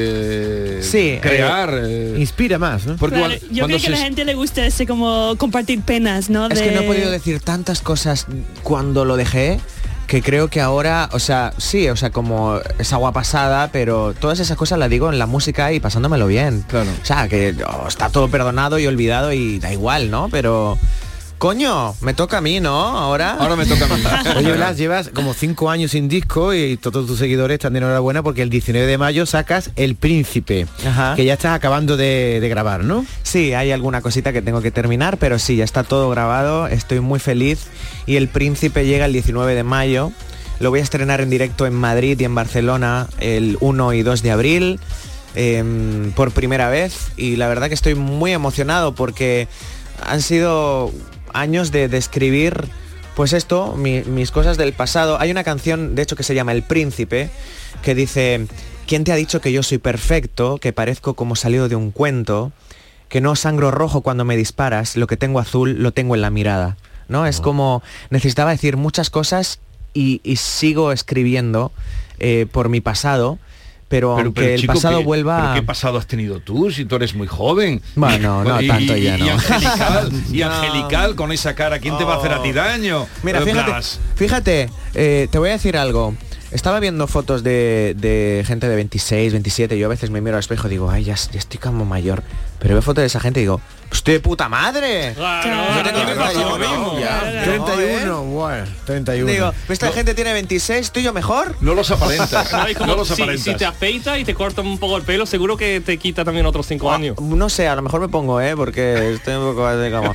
A: hace
M: Sí,
A: crear. eh,
E: Inspira más, ¿no?
A: porque
C: Claro,
A: cuan-
C: yo creo que a la
A: se-
C: gente le gusta ese como compartir penas, ¿no?
M: Es que no he
C: De-
M: podido decir tantas cosas cuando lo dejé que creo que ahora, o sea, sí, o sea, como es agua pasada, pero todas esas cosas las digo en la música y pasándomelo bien.
A: Claro.
M: O sea, que oh, está todo perdonado y olvidado y da igual, ¿no? Pero, coño, me toca a mí, ¿no? Ahora...
A: Ahora me toca a mí.
E: Oye, Blas, llevas como cinco años sin disco y todos tus seguidores están de enhorabuena porque el 19 de mayo sacas El Príncipe,
M: Ajá.
E: que ya estás acabando de, de grabar, ¿no?
M: Sí, hay alguna cosita que tengo que terminar, pero sí, ya está todo grabado, estoy muy feliz y El Príncipe llega el 19 de mayo. Lo voy a estrenar en directo en Madrid y en Barcelona el 1 y 2 de abril em, por primera vez y la verdad que estoy muy emocionado porque han sido años de, de escribir pues esto, mi- mis cosas del pasado. Hay una canción, de hecho, que se llama El Príncipe, que dice, ¿quién te ha dicho que yo soy perfecto, que parezco como salido de un cuento, que no sangro rojo cuando me disparas, lo que tengo azul lo tengo en la mirada? ¿No? Es como, necesitaba decir muchas cosas y, y sigo escribiendo eh, por mi pasado, pero,
A: Pero-
M: aunque
A: pero,
M: el
A: chico,
M: pasado
A: ¿qué-
M: vuelva...
A: pero ¿Qué pasado has tenido tú si tú eres muy joven?
M: Bueno, no,
A: Y-
M: tanto
A: y-
M: ya
A: Y
M: no.
A: angelical, y
M: No.
A: angelical con esa cara, ¿quién te va a hacer a ti daño?
M: Mira,
A: Eh,
M: fíjate,
A: Blas.
M: fíjate eh, te voy a decir algo. Estaba viendo fotos de, de gente de 26, 27. Yo a veces me miro al espejo y digo, ay, ya, ya estoy como mayor. Pero veo fotos de esa gente y digo, "Pues estoy de puta madre.
F: Claro,
M: Yo tengo
F: a mí me
M: treinta y
F: pasó lo
M: uno,
F: mismo.
M: ya. No, ¿eh?
E: 31, bueno, 31.
M: Digo, "Pues esta gente tiene 26, ¿estoy yo mejor?
A: No los aparentas.
F: No, y como
A: no los
F: si,
A: aparentas.
F: si te afeitas y te cortas un poco el pelo, seguro que te quita también otros cinco años.
M: No sé, a lo mejor me pongo, ¿eh? Porque estoy un poco de como...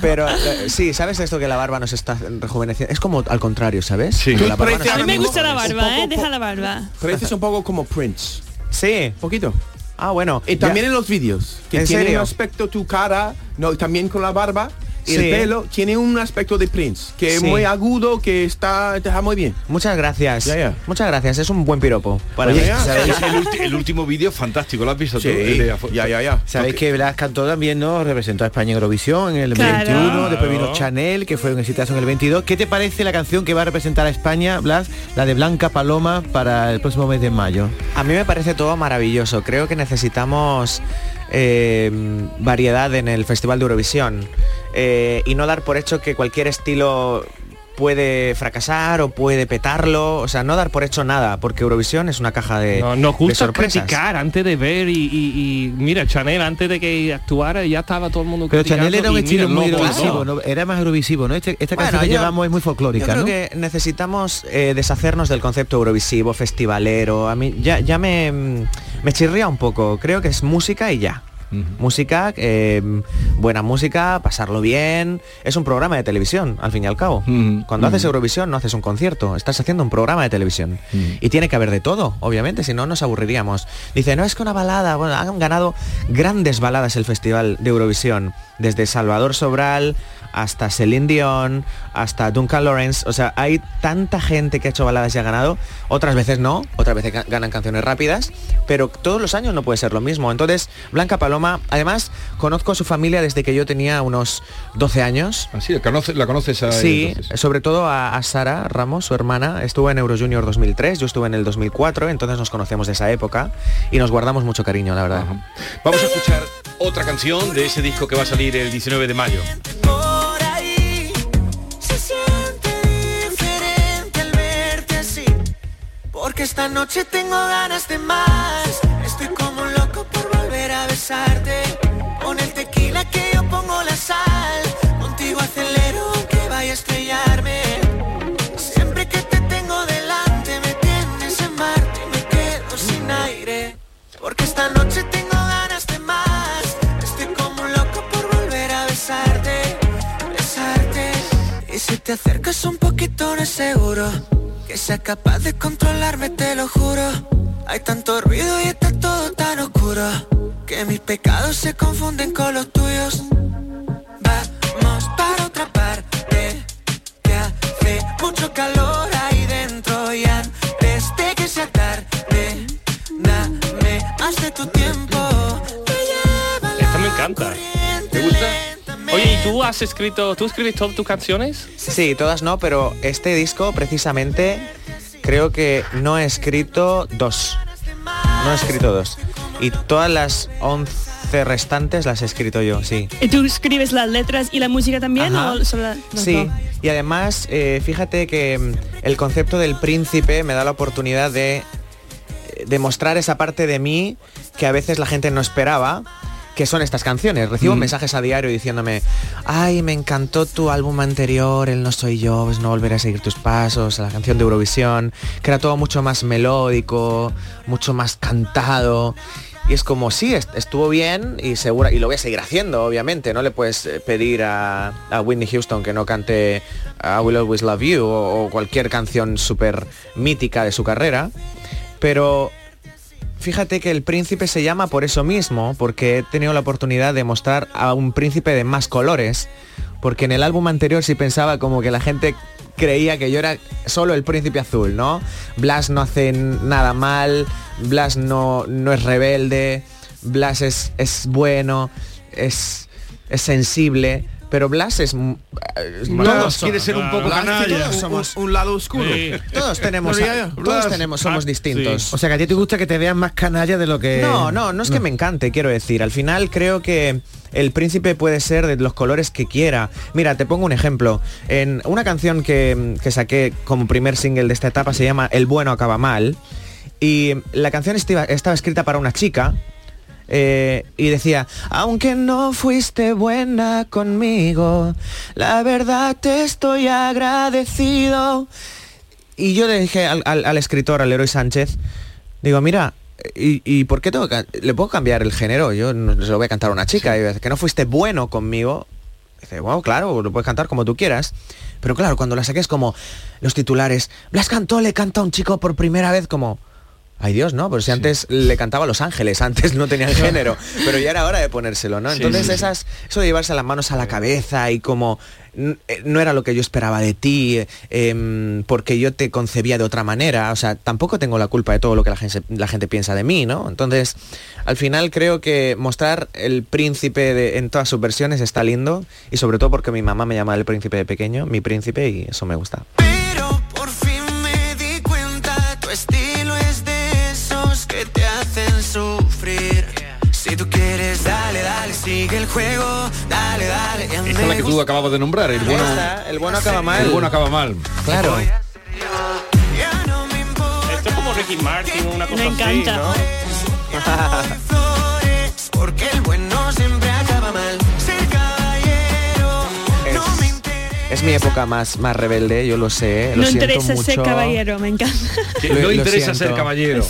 M: Pero eh, sí, ¿sabes esto que la barba nos está rejuveneciendo? Es como al contrario, ¿sabes?
A: Sí.
M: Que la barba nos
C: A mí
M: está-
C: me gusta la
B: Un
C: barba,
B: poco
C: ¿eh? Deja la barba.
B: Pareces un poco como Prince.
M: Sí.
B: Poquito.
M: Ah, bueno.
B: Y
M: ya-
B: también en los vídeos. Que
M: ¿En
B: tiene
M: serio?
B: un aspecto tu cara, no, también con la barba. y El
M: Sí.
B: pelo tiene un aspecto de Prince, que es
M: Sí.
B: muy agudo, que está, te deja muy bien.
M: Muchas gracias.
B: Ya, ya.
M: Muchas gracias. Es un buen piropo para
B: Oye,
M: mí.
B: ya.
M: ¿sabes?
A: Es el, ulti- el último vídeo es fantástico, ¿lo has visto tú? El de afo-
B: ya, ya, ya.
E: Sabéis que Blas cantó también, ¿no? Representó a España en Eurovisión en el
C: Claro.
E: 21, después vino
F: Claro.
E: Chanel, que fue un exitazo en el 22. ¿Qué te parece la canción que va a representar a España, Blas, la de Blanca Paloma para el próximo mes de mayo?
M: A mí me parece todo maravilloso. Creo que necesitamos eh, variedad en el Festival de Eurovisión Eh, y no dar por hecho que cualquier estilo puede fracasar o puede petarlo. O sea, no dar por hecho nada, porque Eurovisión es una caja de,
F: No, nos
M: de
F: gusta
M: sorpresas.
F: criticar antes de ver y, y- y, mira, Chanel antes de que actuara ya estaba todo el mundo
E: Pero
F: criticando
E: Chanel era un
F: y
E: estilo
F: mira,
E: muy
F: no, pues,
E: eurovisivo,
F: no.
E: ¿no? Era más eurovisivo, ¿no? Este- esta
M: Bueno,
E: canción que
M: yo-
E: llevamos es muy
M: Yo
E: folclórica,
M: creo
E: ¿no?
M: que necesitamos eh, deshacernos del concepto eurovisivo, festivalero. A mí ya, ya me, mm, me chirría un poco. Creo que es música y ya. Música, eh, buena música, pasarlo bien. Es un programa de televisión, al fin y al cabo.
D: Mm.
A: Ujú,
M: Cuando haces
A: ujú.
M: Eurovisión no haces un concierto, estás haciendo un programa de televisión.
D: Mm.
M: Y tiene que haber de todo, obviamente, si no nos aburriríamos. Dice, no es que una balada, bueno, han ganado grandes baladas el Festival de Eurovisión, desde Salvador Sobral hasta Celine Dion, hasta Duncan Lawrence, o sea, hay tanta gente que ha hecho baladas y ha ganado, otras veces no, otras veces ga- ganan canciones rápidas, pero todos los años no puede ser lo mismo. Entonces, Blanca Paloma broma. Además, conozco a su familia desde que yo tenía unos 12 años.
D: Así, Ah, la conoces, la conoces a
M: Sí, sobre todo a, a Sara Ramos, su hermana, estuvo en Euro Junior 2003, yo estuve en el 2004, entonces nos conocemos de esa época y nos guardamos mucho cariño, la verdad.
D: Vamos a escuchar otra canción de ese disco que va a salir el 19 de mayo.
L: Por ahí se siente diferente al verte así. Porque esta noche tengo ganas de más. Estoy como un loco por volver a besarte. Pon el tequila que yo pongo la sal. Contigo acelero que vaya a estrellarme. Siempre que te tengo delante me tienes en Marte y me quedo sin aire. Porque esta noche tengo ganas de más. Estoy como un loco por volver a besarte, besarte. Y si te acercas un poquito no es seguro que sea capaz de controlarme, te lo juro. Hay tanto ruido y está todo tan oscuro que mis pecados se confunden con los tuyos. Vamos para otra parte. Te hace mucho calor ahí dentro y desde que sea tarde, dame más de tu tiempo. Te lleva
F: Esta me encanta.
L: ¿Te gusta?
F: Oye, ¿y tú has escrito, tú escribes todas tus canciones?
M: Sí, todas no, pero este disco precisamente creo que no he escrito dos. No he escrito dos. Y todas las 11 restantes las he escrito yo, sí.
C: ¿Y tú escribes las letras y la música también
M: Ajá.
C: o solo la- las
M: Sí,
C: dos?
M: y además eh, fíjate que mm, el concepto del príncipe me da la oportunidad de, de mostrar esa parte de mí que a veces la gente no esperaba, que son estas canciones. Recibo mensajes a diario diciéndome, ay, me encantó tu álbum anterior, El No Soy Yo, pues no volveré a seguir tus pasos, la canción de Eurovisión, que era todo mucho más melódico, mucho más cantado. Y es como, sí, est- estuvo bien y segura, y lo voy a seguir haciendo, obviamente. No le puedes eh, pedir a, a Whitney Houston que no cante uh, I Will Always Love You o, o cualquier canción súper mítica de su carrera. Pero fíjate que el príncipe se llama por eso mismo, porque he tenido la oportunidad de mostrar a un príncipe de más colores. Porque en el álbum anterior sí pensaba como que la gente creía que yo era solo el príncipe azul, ¿no? Blas no hace n- nada mal, Blas no, no es rebelde, Blas es, es bueno, es, es sensible, pero Blas es... m- eh,
D: Blas
M: todos
D: quiere
M: somos,
D: ser un
M: ¿no?
D: poco
M: Blas,
D: canalla.
M: Todos somos...
B: Un lado oscuro. Eh,
F: Sí.
M: Todos tenemos, todos tenemos, somos
F: Ah,
M: distintos.
E: O sea, que a ti te gusta que te vean más canalla de lo que...
M: No, no, no es que me encante, quiero decir. Al final creo que el príncipe puede ser de los colores que quiera. Mira, te pongo un ejemplo. En una canción que, que saqué como primer single de esta etapa se llama El bueno acaba mal. Y la canción estiva- estaba escrita para una chica. eh, y decía, aunque no fuiste buena conmigo, la verdad te estoy agradecido. Y yo le dije al, al- al escritor, al Leroy Sánchez, digo, mira, ¿y, y por qué tengo que, le puedo cambiar el género? Yo no, se lo voy a cantar a una chica. Y dice, que no fuiste bueno conmigo. Dice, wow, claro, lo puedes cantar como tú quieras. Pero claro, cuando la saques como los titulares, Blas cantó, le canta a un chico por primera vez como... Ay Dios, ¿no? Pero si antes le cantaba a Los Ángeles, antes no tenía género, pero ya era hora de ponérselo, ¿no?
D: Sí,
M: Entonces
D: sí, sí.
M: esas, eso de llevarse las manos a la cabeza y como "N- eh, no era lo que yo esperaba de ti, eh, em, porque yo te concebía de otra manera, o sea, tampoco tengo la culpa de todo lo que la gente, la gente piensa de mí, ¿no? Entonces, al final creo que mostrar el príncipe de- en todas sus versiones está lindo y sobre todo porque mi mamá me llama el príncipe de pequeño, mi príncipe, y eso me gusta.
L: Pero por fin me di cuenta, tu estilo es de esos que te hacen sufrir. Si tú quieres, dale, dale, sigue el juego, dale, dale. ya
D: Esta es la
L: me
D: que tú acababas de nombrar, el bueno,
M: Esta, el bueno acaba mal.
D: el bueno acaba mal.
M: Claro.
L: gusta, ya no me importa.
F: Esto es como Ricky Martin, una cosa
C: Me
F: así,
C: encanta.
F: ¿no?
L: flores, Porque el bueno siempre acaba mal. Ser caballero, no me interesa.
M: Es mi época más, más rebelde, yo lo sé. Eh, Lo
C: No
M: siento
C: interesa ser
M: mucho.
C: caballero, me encanta.
D: Que
M: Lo-
D: no
M: lo
D: interesa
M: siento.
D: ser caballero.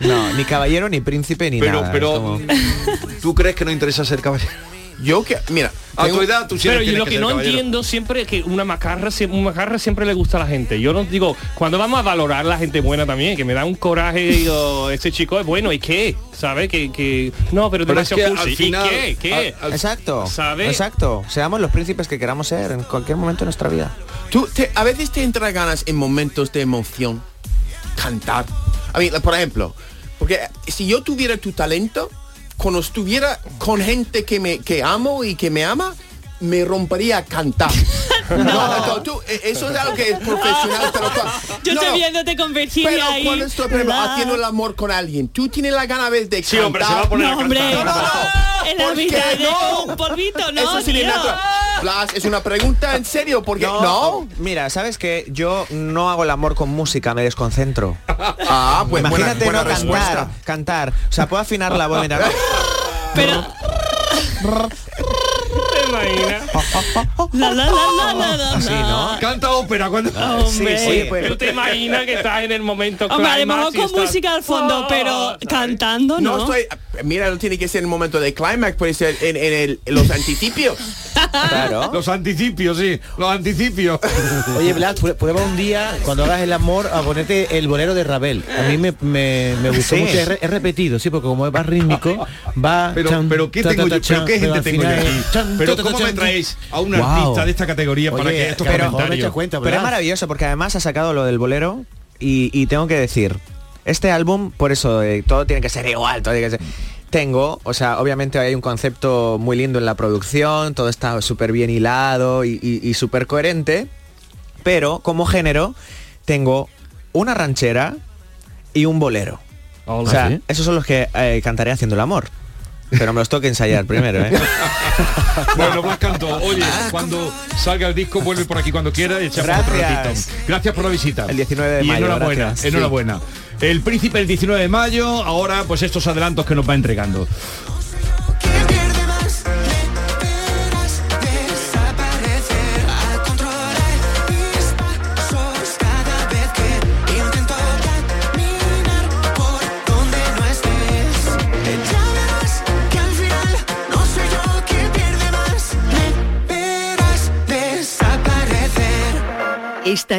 M: No, ni caballero, ni príncipe, ni
D: Pero,
M: nada. es
D: pero
M: como-
D: ¿tú crees que no interesa ser caballero? Ah,
B: Yo que, mira,
D: A
B: tengo-
D: tu edad tú sí
F: Pero
D: eres-
F: yo
D: tienes
F: lo que
D: ser
F: no
D: caballero.
F: entiendo siempre es que una macarra, sie- un macarra siempre le gusta a la gente. Yo no digo, cuando vamos a valorar la gente buena también, que me da un coraje, digo, este chico es bueno, ¿y qué? ¿Sabes? Que, que- no, pero,
D: Pero es
F: demasiado
D: que al
F: cursi. ¿Y
D: final-
F: qué? ¿Qué?
D: al- al-
M: Exacto.
F: ¿Sabe?
M: Exacto. Seamos los príncipes que queramos ser en cualquier momento de nuestra vida.
B: Tú te- a veces te entra ganas en momentos de emoción cantar. A mí, por ejemplo, porque si yo tuviera tu talento, cuando estuviera con gente que me que amo y que me ama, me rompería a cantar. no. no, tú, eh, eso es algo que es profesional, pero tú-
C: Yo
B: no,
C: estoy viéndote con Virginia
B: pero
C: ahí.
B: cuando estoy por ejemplo,
C: ¿verdad?
B: haciendo el amor con alguien, tú tienes la gana de de
N: Sí,
B: cantar.
N: hombre, se va a poner a No, hombre. cantar.
B: No, no, no.
C: En la
B: Ah, ¿Por qué
C: vida de
B: no?
C: un polvito, no,
B: Eso sí le
C: tío.
B: natural. Blas, es una pregunta en serio porque no.
M: Mira, sabes que yo no hago el amor con música, me desconcentro.
B: Ah, pues buena-
M: imagínate
B: buena
M: no
B: respuesta.
M: cantar, cantar. O sea, puedo afinar la voz. mira.
C: La, la, la, la, la, la.
D: Canta ópera cuando.
M: Ah,
C: Hombre. Sí, sí, pues-
F: Ah, Tú te imaginas que estás en el momento
C: Hombre, a lo
F: climax
C: mejor
F: y
C: con
F: estás-
C: música al fondo,
F: Oh,
C: pero cantando no.
B: No estoy. Mira, no tiene que ser en el momento de climax, puede ser en, en el- en los anticipios.
M: Claro.
D: Los anticipios, sí. Los anticipios.
E: Oye, Blas, pru- prueba un día, cuando hagas el amor, a ponerte el bolero de Ravel. A mí me, me- me gustó
D: Sí.
E: mucho. He, re- he repetido, sí, porque como va rítmico, va...
D: Pero,
E: chan,
D: pero ¿qué
E: ta, ta,
D: tengo
E: ta,
D: yo? ¿Pero
E: chan,
D: qué gente
E: al
D: tengo yo
E: final,
D: aquí?
E: chan,
D: Pero
E: ta, ta,
D: ¿cómo
E: chan,
D: me
E: ta.
D: traéis a un
E: Guau.
D: artista de esta categoría para
E: Oye,
D: que estos
E: pero-
D: comentarios?
E: No te cuenta,
M: Pero es
E: ¿verdad?
M: maravilloso porque además ha sacado lo del bolero y, y tengo que decir, este álbum, por eso eh, todo tiene que ser igual, todo tiene que ser... Tengo, o sea, obviamente hay un concepto muy lindo en la producción, todo está súper bien hilado y, y- y súper coherente, pero como género tengo una ranchera y un bolero. O sea,
E: ¿Ah, sí?
M: esos son los que eh, cantaré haciendo el amor. Pero me los toca ensayar primero, ¿eh?
D: Bueno, Blas Cantó, oye,
M: Ah,
D: cuando salga el disco, vuelve por aquí cuando quiera y echamos otro
M: Gracias.
D: ratito. Gracias por la visita.
M: El 19 de
D: y
M: mayo,
D: Enhorabuena,
M: gracias.
D: enhorabuena. El príncipe el 19 de mayo, ahora pues estos adelantos que nos va entregando.
L: pierde más, le verás desaparecer al controlar mis pasos cada vez que intento caminar por donde no estés. Ya verás que al final no soy yo quien pierde más, le verás desaparecer.
H: Esta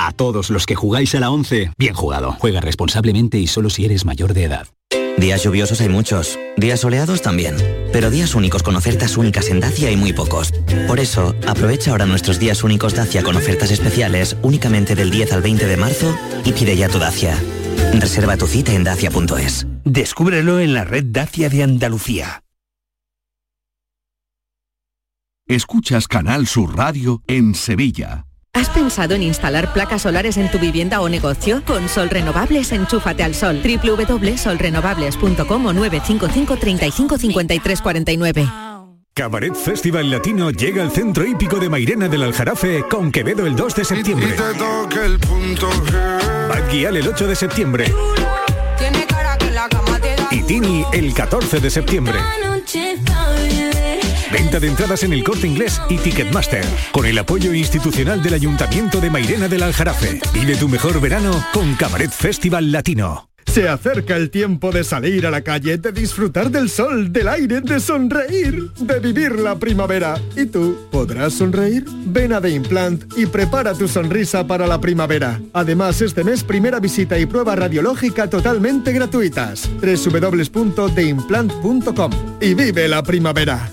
O: A todos los que jugáis a la 11, bien jugado. Juega responsablemente y solo si eres mayor de edad.
P: Días lluviosos hay muchos, días soleados también, pero días únicos con ofertas únicas en Dacia hay muy pocos. Por eso, aprovecha ahora nuestros días únicos Dacia con ofertas especiales únicamente del 10 al 20 de marzo y pide ya tu Dacia. Reserva tu cita en dacia.es.
O: Descúbrelo en la red Dacia de Andalucía.
Q: Escuchas Canal Sur Radio en Sevilla.
R: ¿Has pensado en instalar placas solares en tu vivienda o negocio? Con Sol Renovables, enchúfate al sol. www.solrenovables.com o 955 35 53 49.
K: Cabaret Festival Latino llega al centro hípico de Mairena del Aljarafe con Quevedo el 2 de septiembre. Bad Gyal el 8 de septiembre
G: Tiene cara que la cama te da
K: y Tini el 14 de septiembre.
G: noche pa' beber.
K: Venta de entradas en el corte inglés y Ticketmaster. Con el apoyo institucional del Ayuntamiento de Mairena del Aljarafe. Vive tu mejor verano con Cabaret Festival Latino.
S: Se acerca el tiempo de salir a la calle, de disfrutar del sol, del aire, de sonreír, de vivir la primavera. ¿Y tú podrás sonreír? Ven a The Implant y prepara tu sonrisa para la primavera. Además, este mes primera visita y prueba radiológica totalmente gratuitas. www.theimplant.com y vive la primavera.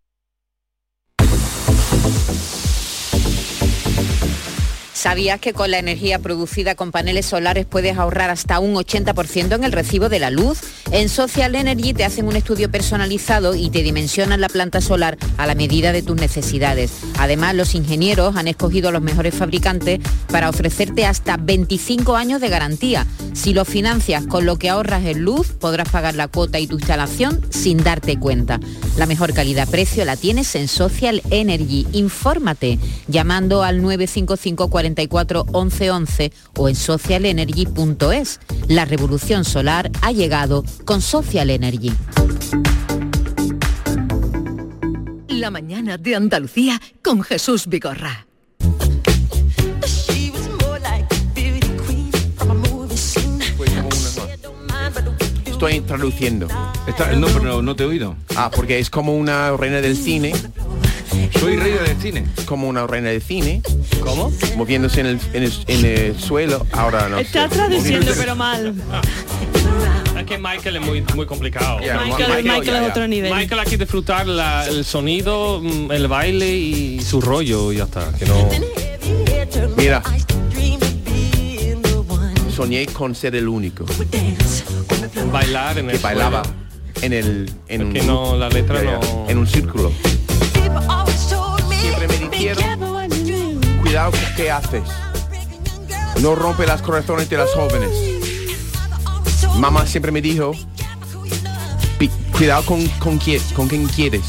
A: ¿Sabías que con la energía producida con paneles solares puedes ahorrar hasta un 80% en el recibo de la luz? En Social Energy te hacen un estudio personalizado y te dimensionan la planta solar a la medida de tus necesidades. Además, los ingenieros han escogido a los mejores fabricantes para ofrecerte hasta 25 años de garantía. Si lo financias con lo que ahorras en luz, podrás pagar la cuota y tu instalación sin darte cuenta. La mejor calidad-precio la tienes en Social Energy. Infórmate llamando al 955 44 11 11 o en socialenergy.es. La revolución solar ha llegado con Social Energy.
H: La mañana de Andalucía con Jesús Vigorra.
G: Ah,
B: Estoy traduciendo.
D: no, pero no, te he oído.
B: Ah, porque es como una reina del cine.
D: Soy reina del cine.
B: Como una reina del cine. ¿Cómo? Moviéndose en el, en el- en el suelo. Ahora no.
C: Está
B: sé.
C: traduciendo
B: Moviéndose-
C: pero mal.
F: Es que Michael es muy, muy complicado.
B: Yeah, Michael- Michael- Michael es yeah, otro yeah.
C: nivel.
F: Michael hay que disfrutar la- el sonido, mm, el baile y su rollo y ya está. Que no...
B: Mira. Soñé con ser el único.
F: Bailar en
B: que
F: el
B: bailaba
F: suelo.
B: en el en un
F: que no, la letra no-
B: en un círculo. Siempre me dijeron, cuidado con qué haces. No rompe las corazones de las jóvenes. Mamá siempre me dijo, "Pi- cuidado con con, qui- con quien quieres.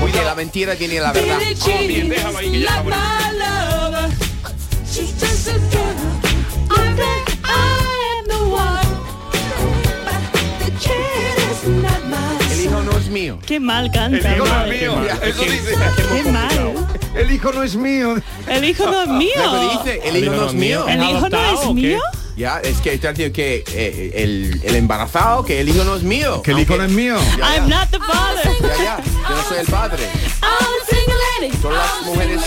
B: Porque la mentira tiene la verdad. Oh, El hijo no es mío.
C: Qué mal canta.
B: El hijo no es
C: madre.
B: mío. Eso dice.
C: Qué mal.
D: El hijo no es mío.
C: El hijo no es mío.
B: Luego dice, el hijo no es mío.
C: El hijo no es mío.
B: Ya, es que está el tío que eh, el, el embarazado, que el hijo no es mío. Que el hijo no es
D: mío.
C: I'm not the father.
B: Yo no soy el padre. Son las mujeres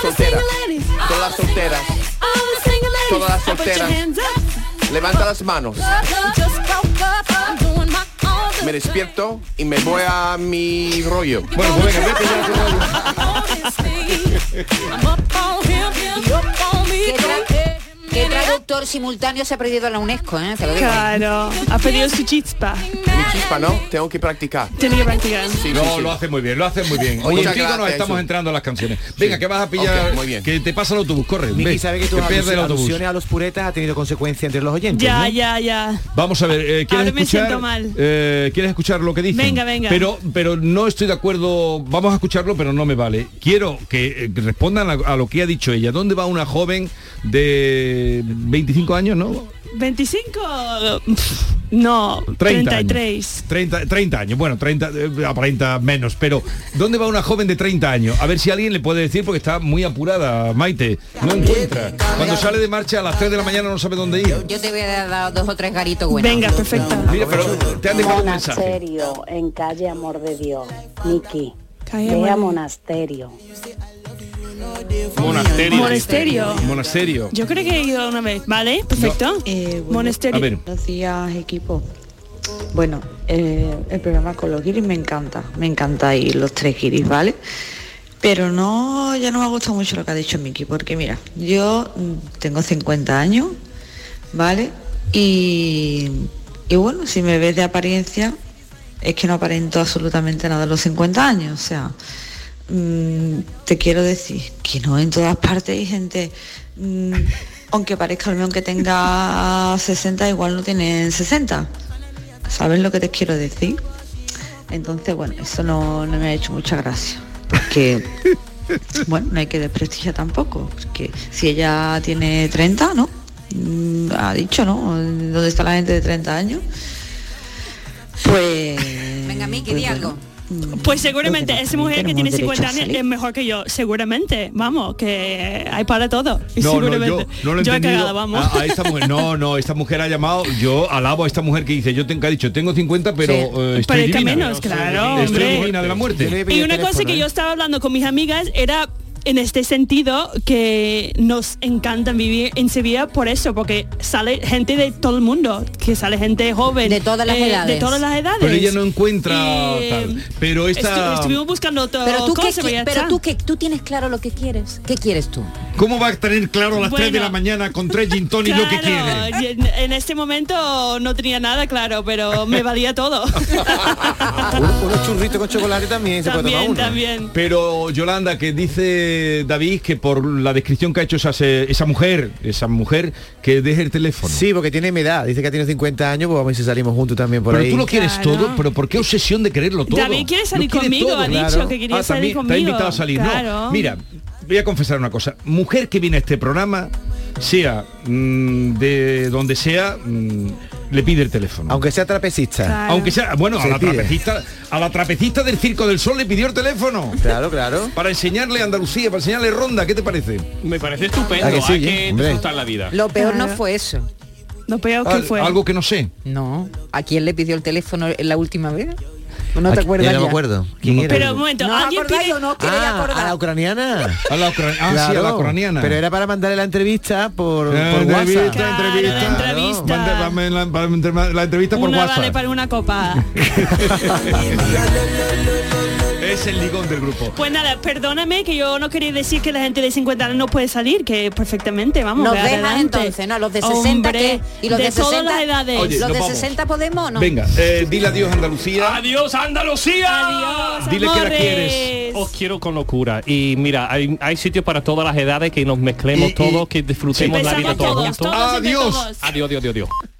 B: solteras. Son las solteras. Todas las solteras. Levanta las manos. Me despierto y me voy a mi rollo. Bueno, pues
A: ¿Qué, tra- qué traductor simultáneo se ha perdido la UNESCO? eh? Te lo digo.
C: Claro. Ha perdido su chispa.
B: mi chispa, ¿no? Tengo que practicar.
C: Tiene que practicar.
D: no, lo hace muy bien, lo hace muy bien.
B: Muchas
D: Contigo nos
B: gracias,
D: estamos
B: Jesús.
D: entrando a las canciones. Venga, que vas a pillar.
B: Ok, muy bien.
D: Que te pasa el autobús, corre.
E: Miki
D: ve,
E: sabe que tus
D: te pierde el
E: alusiones-
D: autobús.
E: alusiones a los puretas ha tenido consecuencia entre los oyentes.
C: Ya,
E: ¿no?
C: ya, ya.
D: Vamos a ver, eh, ¿quieres
C: Ahora me
D: escuchar?
C: siento mal.
D: eh, ¿Quieres escuchar lo que dije?
C: Venga, venga.
D: Pero, pero no estoy de acuerdo. Vamos a escucharlo, pero no me vale. Quiero que eh, que respondan a, a lo que ha dicho ella. ¿Dónde va una joven de 25 años, no?
C: 25. pf, No,
D: 30 años.
C: 33.
D: 30, 30 años, bueno, 30, eh, aparenta menos, pero ¿dónde va una joven de 30 años? A ver si alguien le puede decir porque está muy apurada, Maite. No encuentra. Cuando sale de marcha a las 3 de la mañana no sabe dónde ir.
A: Yo te voy a dar dos o tres garitos buenos.
C: Venga, perfecto.
D: Mira, pero te han dejado un mensaje.
I: Monasterio, en calle Amor de Dios. Miki,
C: Calle
I: ve
C: Amor
I: a
C: de-
I: monasterio.
D: Monasterio.
C: Monasterio.
D: Monasterio.
C: Yo creo que he ido una vez, ¿vale? Perfecto. Monasterio.
D: Eh, a ver.
J: Buenos días, equipo. Bueno, eh, el programa con los guiris me encanta, me encanta y los tres guiris, ¿vale? Pero no, ya no me ha gustado mucho lo que ha dicho Miki, porque mira, yo mm, tengo 50 años, ¿vale? Y, y bueno, si me ves de apariencia, es que no aparento absolutamente nada a los 50 años, o sea, mm, te quiero decir que no en todas partes hay gente Mm, aunque parezca el mío, aunque tenga 60, igual no tienen 60. ¿Sabes lo que te quiero decir? Entonces, bueno, eso no, no me ha hecho mucha gracia. Porque, bueno, no hay que desprestigiar tampoco. Porque si ella tiene 30, ¿no? Mm, Ha dicho, ¿no? ¿Dónde está la gente de 30 años? Pues...
A: Venga, Miki,
J: pues
A: di
J: bueno,
A: algo.
C: Pues seguramente esa mujer que tiene
D: tenemos derecho
C: 50
D: a
C: años
D: salir.
C: es mejor que yo, seguramente, vamos, que hay para todo. Y
D: No, no,
C: seguramente.
D: yo no lo he
C: yo he
D: entendido. Ah,
C: cagado, vamos.
D: A, a esta mujer, no, no, esta mujer ha llamado, yo alabo a esta mujer que dice, yo tengo, que ha dicho, tengo 50, pero
C: Sí.
D: eh,
C: Pero
D: estoy
C: es que
D: divina.
C: menos, claro,
D: Estoy
C: hombre.
D: divina de la muerte.
C: Y una cosa
D: ¿eh?
C: que yo estaba hablando con mis amigas era en este sentido que nos encanta vivir en Sevilla por eso, porque sale gente de todo el mundo, que sale gente joven. De todas
A: las edades.
C: De todas las edades.
D: Pero ella no encuentra
C: Y,
D: tal. Pero
C: Estu-
D: esta...
C: estuvimos buscando todo.
A: Pero tú, qué
C: cosa,
A: qui-
C: ya
A: pero
C: está.
A: tú que tú tienes claro lo que quieres. ¿Qué quieres tú?
D: ¿Cómo va a tener claro a las 3 de
C: Bueno.
D: la mañana con tres gin tonic lo que quiere?
C: Claro, y en, en este momento no tenía nada claro, pero me valía todo.
E: Unos churritos con chocolate también se puede tomar
C: también,
E: uno.
C: también.
D: Pero Yolanda, que dice David que por la descripción que ha hecho esa, esa mujer, esa mujer que deje el teléfono.
E: Sí, porque tiene mi edad. Dice que tiene 50 años, pues vamos a ver si salimos juntos también por
D: Pero
E: ahí.
D: tú lo quieres Claro. todo, pero ¿por qué obsesión de quererlo todo?
C: David quiere salir
D: Lo quiere
C: conmigo,
D: todo.
C: ha dicho que quería
D: Ah, también
C: salir
D: Te ha
C: conmigo.
D: invitado a salir,
C: Claro.
D: ¿no? Mira, voy a confesar una cosa. Mujer que viene a este programa, sea mm, de donde sea, mm, le pide el teléfono.
E: Aunque sea trapecista.
D: Aunque sea, bueno, a
E: Se
D: la,
E: pide.
D: trapecista, a la trapecista del Circo del Sol le pidió el teléfono.
E: Claro, claro.
D: Para enseñarle Andalucía, para enseñarle Ronda, ¿qué te parece?
F: Me parece estupendo,
D: ¿A que sí,
F: hay
D: eh?
F: que
D: Hombre.
F: disfrutar la vida.
A: Lo peor no fue eso.
C: Lo peor
D: Al- algo que no sé.
A: No. ¿A quién le pidió el teléfono la última vez? No
E: Aquí-
A: te acuerdas.
E: yo no me
A: ya?
E: acuerdo. ¿Quién era?
A: Pero un momento, No, ¿alguien acordáis pide- o no? ¿Queréis
E: Ah,
A: acordar?
E: a la ucraniana.
D: A la ucraniana.
A: ah, sí, a la ucraniana.
E: Pero era para mandarle la entrevista por, por
D: Eh,
E: WhatsApp.
D: entrevista, entrevista. Mande- dame la, dame la entrevista por
C: Una
D: WhatsApp.
C: vale para una copa.
D: es el ligón del grupo.
C: Pues nada, perdóname que yo no quería decir que la gente de 50 años no puede salir, que perfectamente, vamos.
A: Nos
C: ve
A: dejan
C: adelante.
A: entonces, ¿no? Los de 60
C: Hombre,
A: ¿qué? ¿Y los de, 60?
C: todas las edades.
D: Oye,
A: ¿Los
D: nos
A: de
D: vamos.
A: 60 podemos o no?
D: Venga, eh, dile adiós Andalucía.
F: Adiós Andalucía.
D: Dile que la quieres.
F: Os Oh, quiero con locura. Y mira, hay, hay sitios para todas las edades que nos mezclemos todos, que disfrutemos la vida
D: Empezamos
F: todos
D: todos,
F: juntos.
D: todos entre Adiós. todos.
F: Adiós, adiós, adiós, adiós.